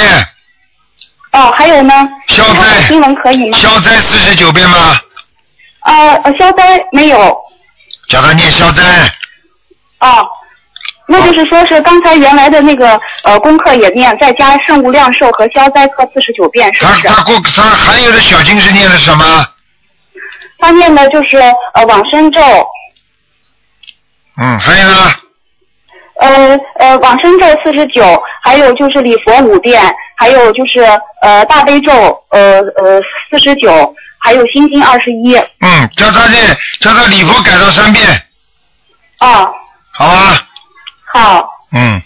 Speaker 8: 哦，还有呢？
Speaker 1: 消
Speaker 8: 灾经文可以吗？
Speaker 1: 消灾四十九遍吗？
Speaker 8: 呃呃，消灾没有
Speaker 1: 叫他念消灾。
Speaker 8: 哦，那就是说是刚才原来的那个呃功课也念，再加圣无量寿和消灾各四十九遍，是不
Speaker 1: 他
Speaker 8: 是？啊
Speaker 1: 他过他还有的小经是念的什么？
Speaker 8: 他念的就是呃往生咒，
Speaker 1: 嗯，还有呢？
Speaker 8: 呃呃往生咒四十九，还有就是礼佛五遍，还有就是呃大悲咒呃呃四十九，还有心经二十一。
Speaker 1: 嗯，叫他念，叫他礼佛改到三遍，
Speaker 8: 啊，
Speaker 1: 好吧？
Speaker 8: 好。
Speaker 1: 嗯，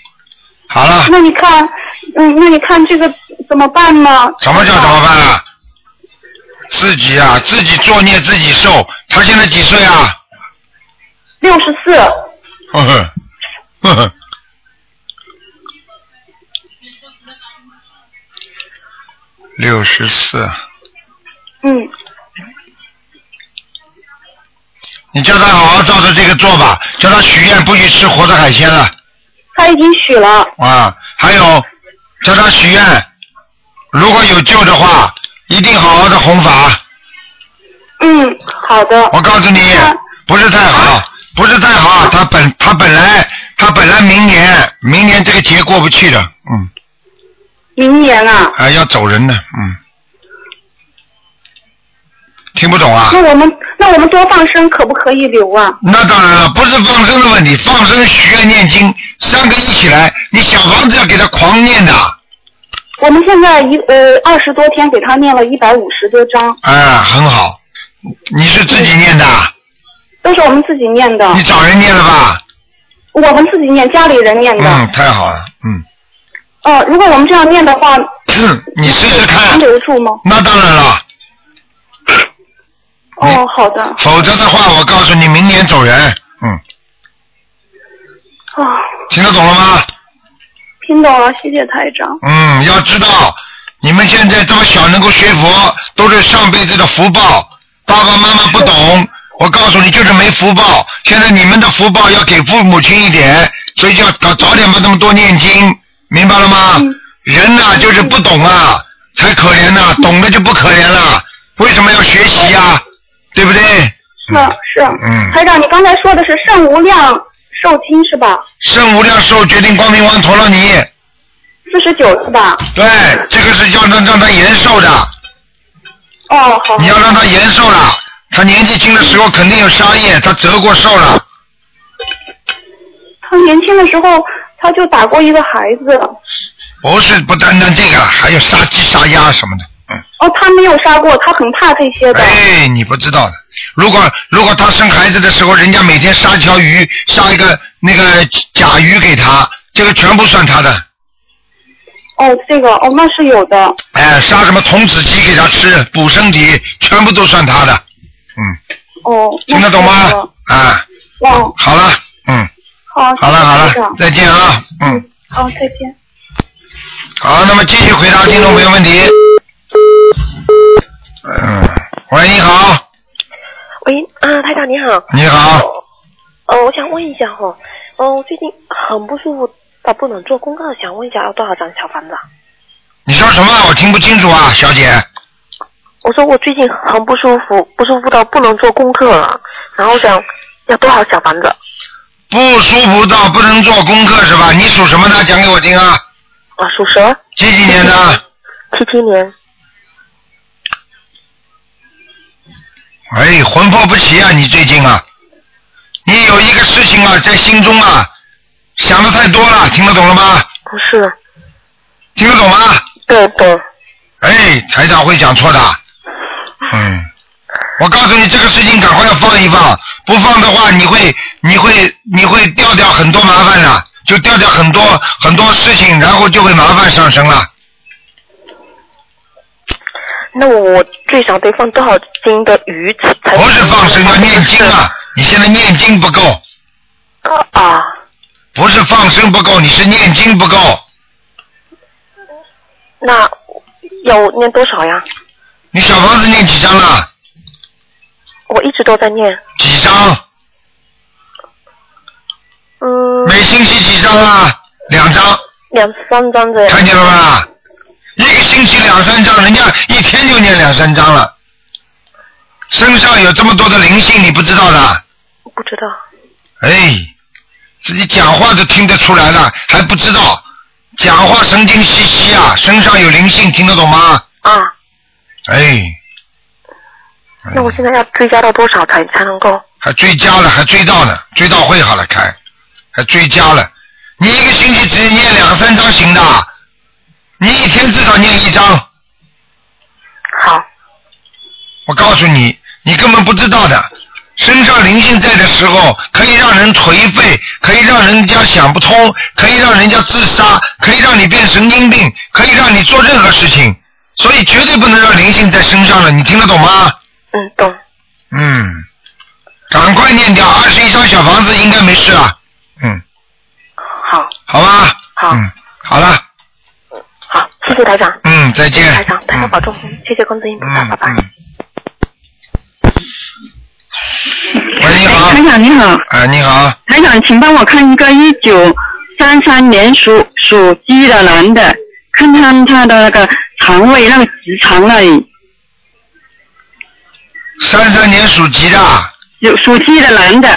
Speaker 1: 好了。
Speaker 8: 那你看，嗯，那你看这个怎么办呢？
Speaker 1: 什么叫怎么办啊？自己啊，自己作孽自己受。他现在几岁啊？
Speaker 8: 六十四，
Speaker 1: 呵呵，呵呵。 六十四，
Speaker 8: 嗯，
Speaker 1: 你叫他好好照着这个做吧，叫他许愿不许吃活的海鲜了
Speaker 8: 他已经许了。
Speaker 1: 啊。还有，叫他许愿，如果有救的话，一定好好的弘法。
Speaker 8: 嗯，好的。啊
Speaker 1: 我告诉你，不是太好，不是太好。啊他本他本来他本来明年明年这个节过不去的，嗯，
Speaker 8: 明年啊。
Speaker 1: 啊要走人的，嗯。听不懂啊？
Speaker 8: 那我们那我们多放生可不可以留啊？
Speaker 1: 那当然了，不是放生的问题，放生许愿念经三个一起来，你小房子要给他狂念的，
Speaker 8: 我们现在一呃二十多天给他念了一百五十多章，
Speaker 1: 啊，很好。
Speaker 8: 嗯
Speaker 1: 你是自己念的，啊
Speaker 8: 都是我们自己念的。
Speaker 7: 啊
Speaker 1: 你找人念了吧？
Speaker 7: 我们自己念，家里人念的。
Speaker 1: 嗯，太好了，嗯，
Speaker 7: 哦，如果我们这样念的话，
Speaker 1: 你试试看，
Speaker 7: 能留住吗？
Speaker 1: 那当然了，
Speaker 7: 哦，好的。
Speaker 1: 否则的话，我告诉你，明年走人。嗯，
Speaker 7: 哦，
Speaker 1: 听得懂了吗？
Speaker 7: 听懂了，谢谢台长。
Speaker 1: 嗯，要知道，你们现在这么小能够学佛，都是上辈子的福报。爸爸妈妈不懂，我告诉你，就是没福报。现在你们的福报要给父母亲一点，所以就要早早点帮他们多念经，明白了吗？人呐、就是不懂啊，才可怜呐、懂了就不可怜了。为什么要学习呀、对不对？
Speaker 7: 是啊是，
Speaker 1: 嗯
Speaker 7: 台长，你刚才说的是圣无量寿经是吧？
Speaker 1: 圣无量寿决定光明王陀罗尼。
Speaker 7: 四十九是吧？
Speaker 1: 对，这个是要让让他延寿的。
Speaker 7: 哦，好。
Speaker 1: 你要让他延寿了，他年纪轻的时候肯定有杀业，他折过寿了。
Speaker 7: 他年轻的时候他就打过一个孩子，哦
Speaker 1: 不是不单单这个，还有杀鸡杀鸭什么的。嗯
Speaker 7: 哦，他没有杀过，他很怕这些的。
Speaker 1: 哎，你不知道的。如果如果他生孩子的时候，人家每天杀一条鱼，杀一个那个甲鱼给他，这个全部算他的。
Speaker 7: 哦，这个哦，那是有的。
Speaker 1: 哎，杀什么童子鸡给他吃，补身体，全部都算他的
Speaker 7: 哦，那
Speaker 1: 听得懂吗
Speaker 7: 是有的
Speaker 1: 啊。
Speaker 7: 哦，
Speaker 1: 好了，嗯，
Speaker 7: 好。
Speaker 1: 好了
Speaker 7: 谢谢
Speaker 1: 好
Speaker 7: 台
Speaker 1: 了
Speaker 7: 长，
Speaker 1: 再见啊，嗯。
Speaker 7: 好，再见。
Speaker 1: 好，那么继续回答听众朋友问题。嗯，喂，你好，
Speaker 4: 喂啊，台长你好，
Speaker 1: 你好，
Speaker 4: 呃，我想问一下哈、哦，呃，我最近很不舒服，到不能做功课，想问一下要多少张小房子啊？
Speaker 1: 你说什么？我听不清楚啊，小姐。
Speaker 4: 我说我最近很不舒服，不舒服到不能做功课了，然后想要多少小房子？
Speaker 1: 不舒服到不能做功课是吧？你属什么的？讲给我听啊。
Speaker 4: 我属蛇。
Speaker 1: 几几年的？
Speaker 4: 七七年。
Speaker 1: 哎，魂魄不齐啊！你最近啊，你有一个事情啊，在心中啊，想的太多了，听得懂了吗？
Speaker 4: 不哦是。
Speaker 1: 听得懂吗？
Speaker 4: 对对。
Speaker 1: 哎，台长会讲错的。嗯，我告诉你，这个事情赶快要放一放，不放的话，你会你会你会掉掉很多麻烦了，就掉掉很多很多事情，然后就会麻烦上升了。
Speaker 4: 那我最少得放多少斤的鱼才？
Speaker 1: 不是放生，要念经啊！你现在念经不够。
Speaker 4: 啊。
Speaker 1: 不是放生不够，你是念经不够。
Speaker 4: 那要念多少呀？
Speaker 1: 你小房子念几张了？
Speaker 4: 我一直都在念，
Speaker 1: 几张？
Speaker 4: 嗯。
Speaker 1: 每星期几张啊？两张。
Speaker 4: 两三张的。
Speaker 1: 看见了吧？一个星期两三张，人家一天就念两三张了。身上有这么多的灵性，你不知道的？
Speaker 4: 不知道。
Speaker 1: 哎，自己讲话都听得出来了，还不知道？讲话神经兮兮啊，身上有灵性，听得懂吗？
Speaker 4: 啊。
Speaker 1: 哎，
Speaker 4: 那我现在要追加到多少才才能够？
Speaker 1: 还追加了，还追到呢，追到会好了开，还追加了。你一个星期只念两三张行的，你一天至少念一张。
Speaker 4: 好。
Speaker 1: 我告诉你，你根本不知道的，身上灵性在的时候，可以让人颓废，可以让人家想不通，可以让人家自杀，可以让你变神经病，可以让你做任何事情，所以绝对不能让灵性在身上了。你听得懂吗？
Speaker 4: 嗯，懂。
Speaker 1: 嗯，赶快念掉二十一张小房子，应该没事了。嗯，
Speaker 4: 好，
Speaker 1: 好吧。好。嗯，好了，
Speaker 4: 好，谢谢台长。
Speaker 1: 嗯，再见
Speaker 4: 谢谢台长，台长保重，谢谢公子音菩
Speaker 8: 嗯
Speaker 1: 嗯
Speaker 4: 萨，拜拜。
Speaker 8: 台长你好，
Speaker 1: 哎，你好，
Speaker 8: 台长，请帮我看一个一九三三年属属鸡的男的，看看他的那个肠胃那个直肠那里，
Speaker 1: 三三年属鸡的，
Speaker 8: 有属鸡的男的，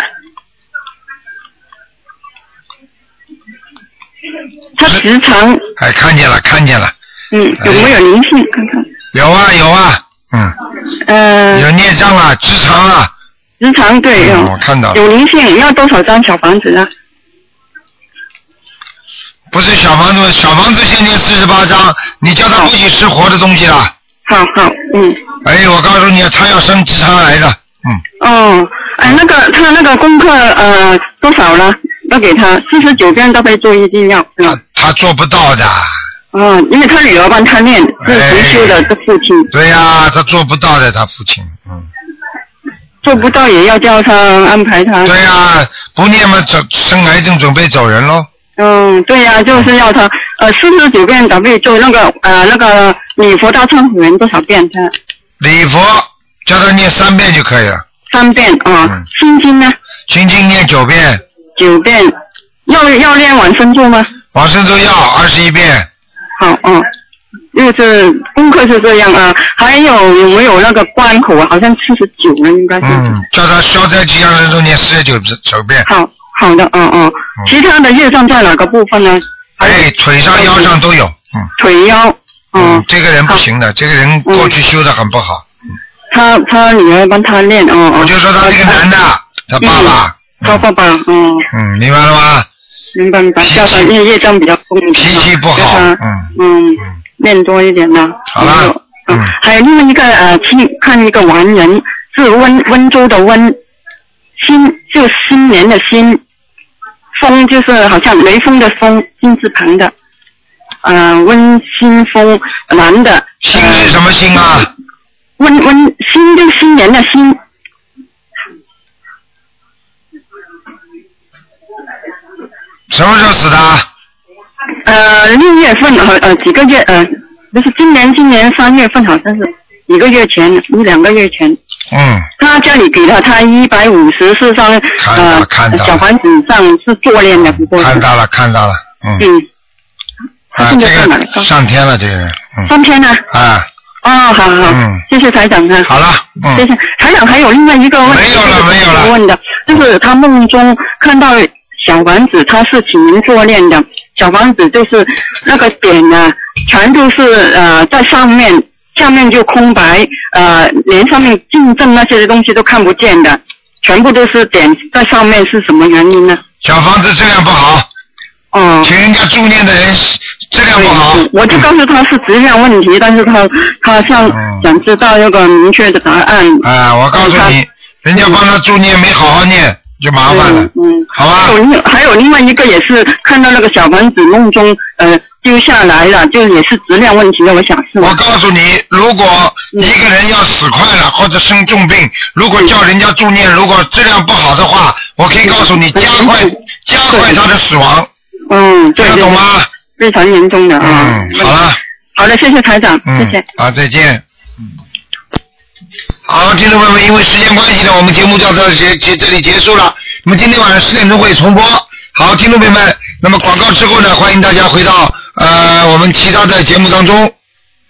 Speaker 8: 他直肠
Speaker 1: 哎，看见了，看见了，
Speaker 8: 嗯有没有灵性？看看
Speaker 1: 有啊，有啊，
Speaker 8: 呃
Speaker 1: 有孽障啊，直肠啊，
Speaker 8: 直肠对
Speaker 1: 嗯
Speaker 8: 有
Speaker 1: 我看到了
Speaker 8: 有灵性，要多少张小房子呢？
Speaker 1: 不是小房子，小房子先念四十八章，你叫他不许吃活的东西了。
Speaker 8: 好好，嗯。
Speaker 1: 哎，我告诉你，他要生直肠癌的，嗯
Speaker 8: 哦，哎，那个他那个功课呃多少了？要给他四十九遍大悲咒一定要。嗯
Speaker 1: 他做不到的。
Speaker 8: 嗯，因为他女儿帮他念，是
Speaker 1: 哎
Speaker 8: 不修的，这父亲
Speaker 1: 对呀、他做不到的，他父亲。嗯
Speaker 8: 做不到也要叫他安排他。
Speaker 1: 对呀、不念嘛，走生癌症准备走人喽。
Speaker 8: 嗯，对呀、就是要他呃四十九遍大悲咒，那个呃那个礼佛大忏悔文多少遍？呃他
Speaker 1: 礼佛叫他念三遍就可以了，
Speaker 8: 三遍啊。
Speaker 1: 嗯
Speaker 8: 心经呢？
Speaker 1: 心经念九遍，
Speaker 8: 九遍。要要练往生咒吗？
Speaker 1: 往生咒要二十一遍，
Speaker 8: 好哦。就是功课是这样啊，还有有没有那个关口啊？好像四十九了，应该是。
Speaker 1: 嗯，叫他消灾吉祥神咒念四十九九遍，
Speaker 8: 好好的，嗯嗯。其他的业障在哪个部分呢？
Speaker 1: 哎，腿上腰上都有，嗯，
Speaker 8: 腿腰，
Speaker 1: 嗯，这个人不行的，这个
Speaker 8: 嗯
Speaker 1: 人过去修的很不好，
Speaker 8: 他他女儿帮他练，哦哦。
Speaker 1: 我就说他这个男的，他爸爸，
Speaker 8: 他爸爸，嗯，
Speaker 1: 嗯，明白了吗？
Speaker 8: 明白明白，叫他业业障比较重一点啊。
Speaker 1: 脾气不
Speaker 8: 叫
Speaker 1: 好，
Speaker 8: 他
Speaker 1: 嗯，
Speaker 8: 嗯，练多一点呢。嗯
Speaker 1: 好了，嗯
Speaker 8: 还有另外一个呃，去看一个完人，是温温州的温，新就新年的新，风就是好像雷锋的风，金字旁的，呃，温新风，男的。
Speaker 1: 新是什么新啊？
Speaker 8: 嗯温温新就新年的新，
Speaker 1: 什么时候死的？
Speaker 8: 呃，六月份呃呃几个月呃，不是今年今年呃三月份好像是一个月前一两个月前，
Speaker 1: 嗯，
Speaker 8: 他家里给了他一百五十四张呃
Speaker 1: 看到了
Speaker 8: 小房子上是做练的，不过是
Speaker 1: 看到了看到了，嗯，
Speaker 8: 嗯，
Speaker 1: 啊，
Speaker 8: 现在在哪里
Speaker 1: 这个上天了，这个人，嗯，
Speaker 8: 三天呢、
Speaker 1: 啊，
Speaker 8: 哦，好好，
Speaker 1: 嗯
Speaker 8: 谢谢台长啊。
Speaker 1: 好了，嗯
Speaker 8: 谢谢台长。还有另外一个问题，没有了，没有了。问的就是他梦中看到小房子，他是请人做练的，小房子就是那个点呢、全都是呃在上面，下面就空白，呃连上面进正那些东西都看不见的，全部都是点在上面，是什么原因呢？
Speaker 1: 小房子质量不好，
Speaker 8: 哦，
Speaker 1: 请人家助念的人质量不好，
Speaker 8: 我就告诉他是质量问题，但是他他想想知道那个明确的答案。
Speaker 1: 啊，嗯我告诉
Speaker 8: 嗯
Speaker 1: 你，人家帮他助念没好好念，就麻烦了，
Speaker 8: 嗯，
Speaker 1: 好吧。
Speaker 8: 还有另还有另外一个也是看到那个小房子梦中呃丢下来了，就也是质量问题的，我想是。
Speaker 1: 我告诉你，如果
Speaker 8: 嗯
Speaker 1: 一个人要死快了或者生重病，如果叫人家助念，
Speaker 8: 嗯
Speaker 1: 如果质量不好的话，我可以告诉你，加快加快他的死亡。
Speaker 8: 嗯，对，
Speaker 1: 这个懂吗？嗯
Speaker 8: 非常严重的啊。
Speaker 1: 好嗯了，
Speaker 8: 好的，谢谢台长，谢谢。
Speaker 1: 好，再见。嗯好，听众朋友们，因为时间关系呢，我们节目到这结结这里结束了。那么今天晚上十点钟会重播。好，听众朋友们，那么广告之后呢，欢迎大家回到呃我们其他的节目当中。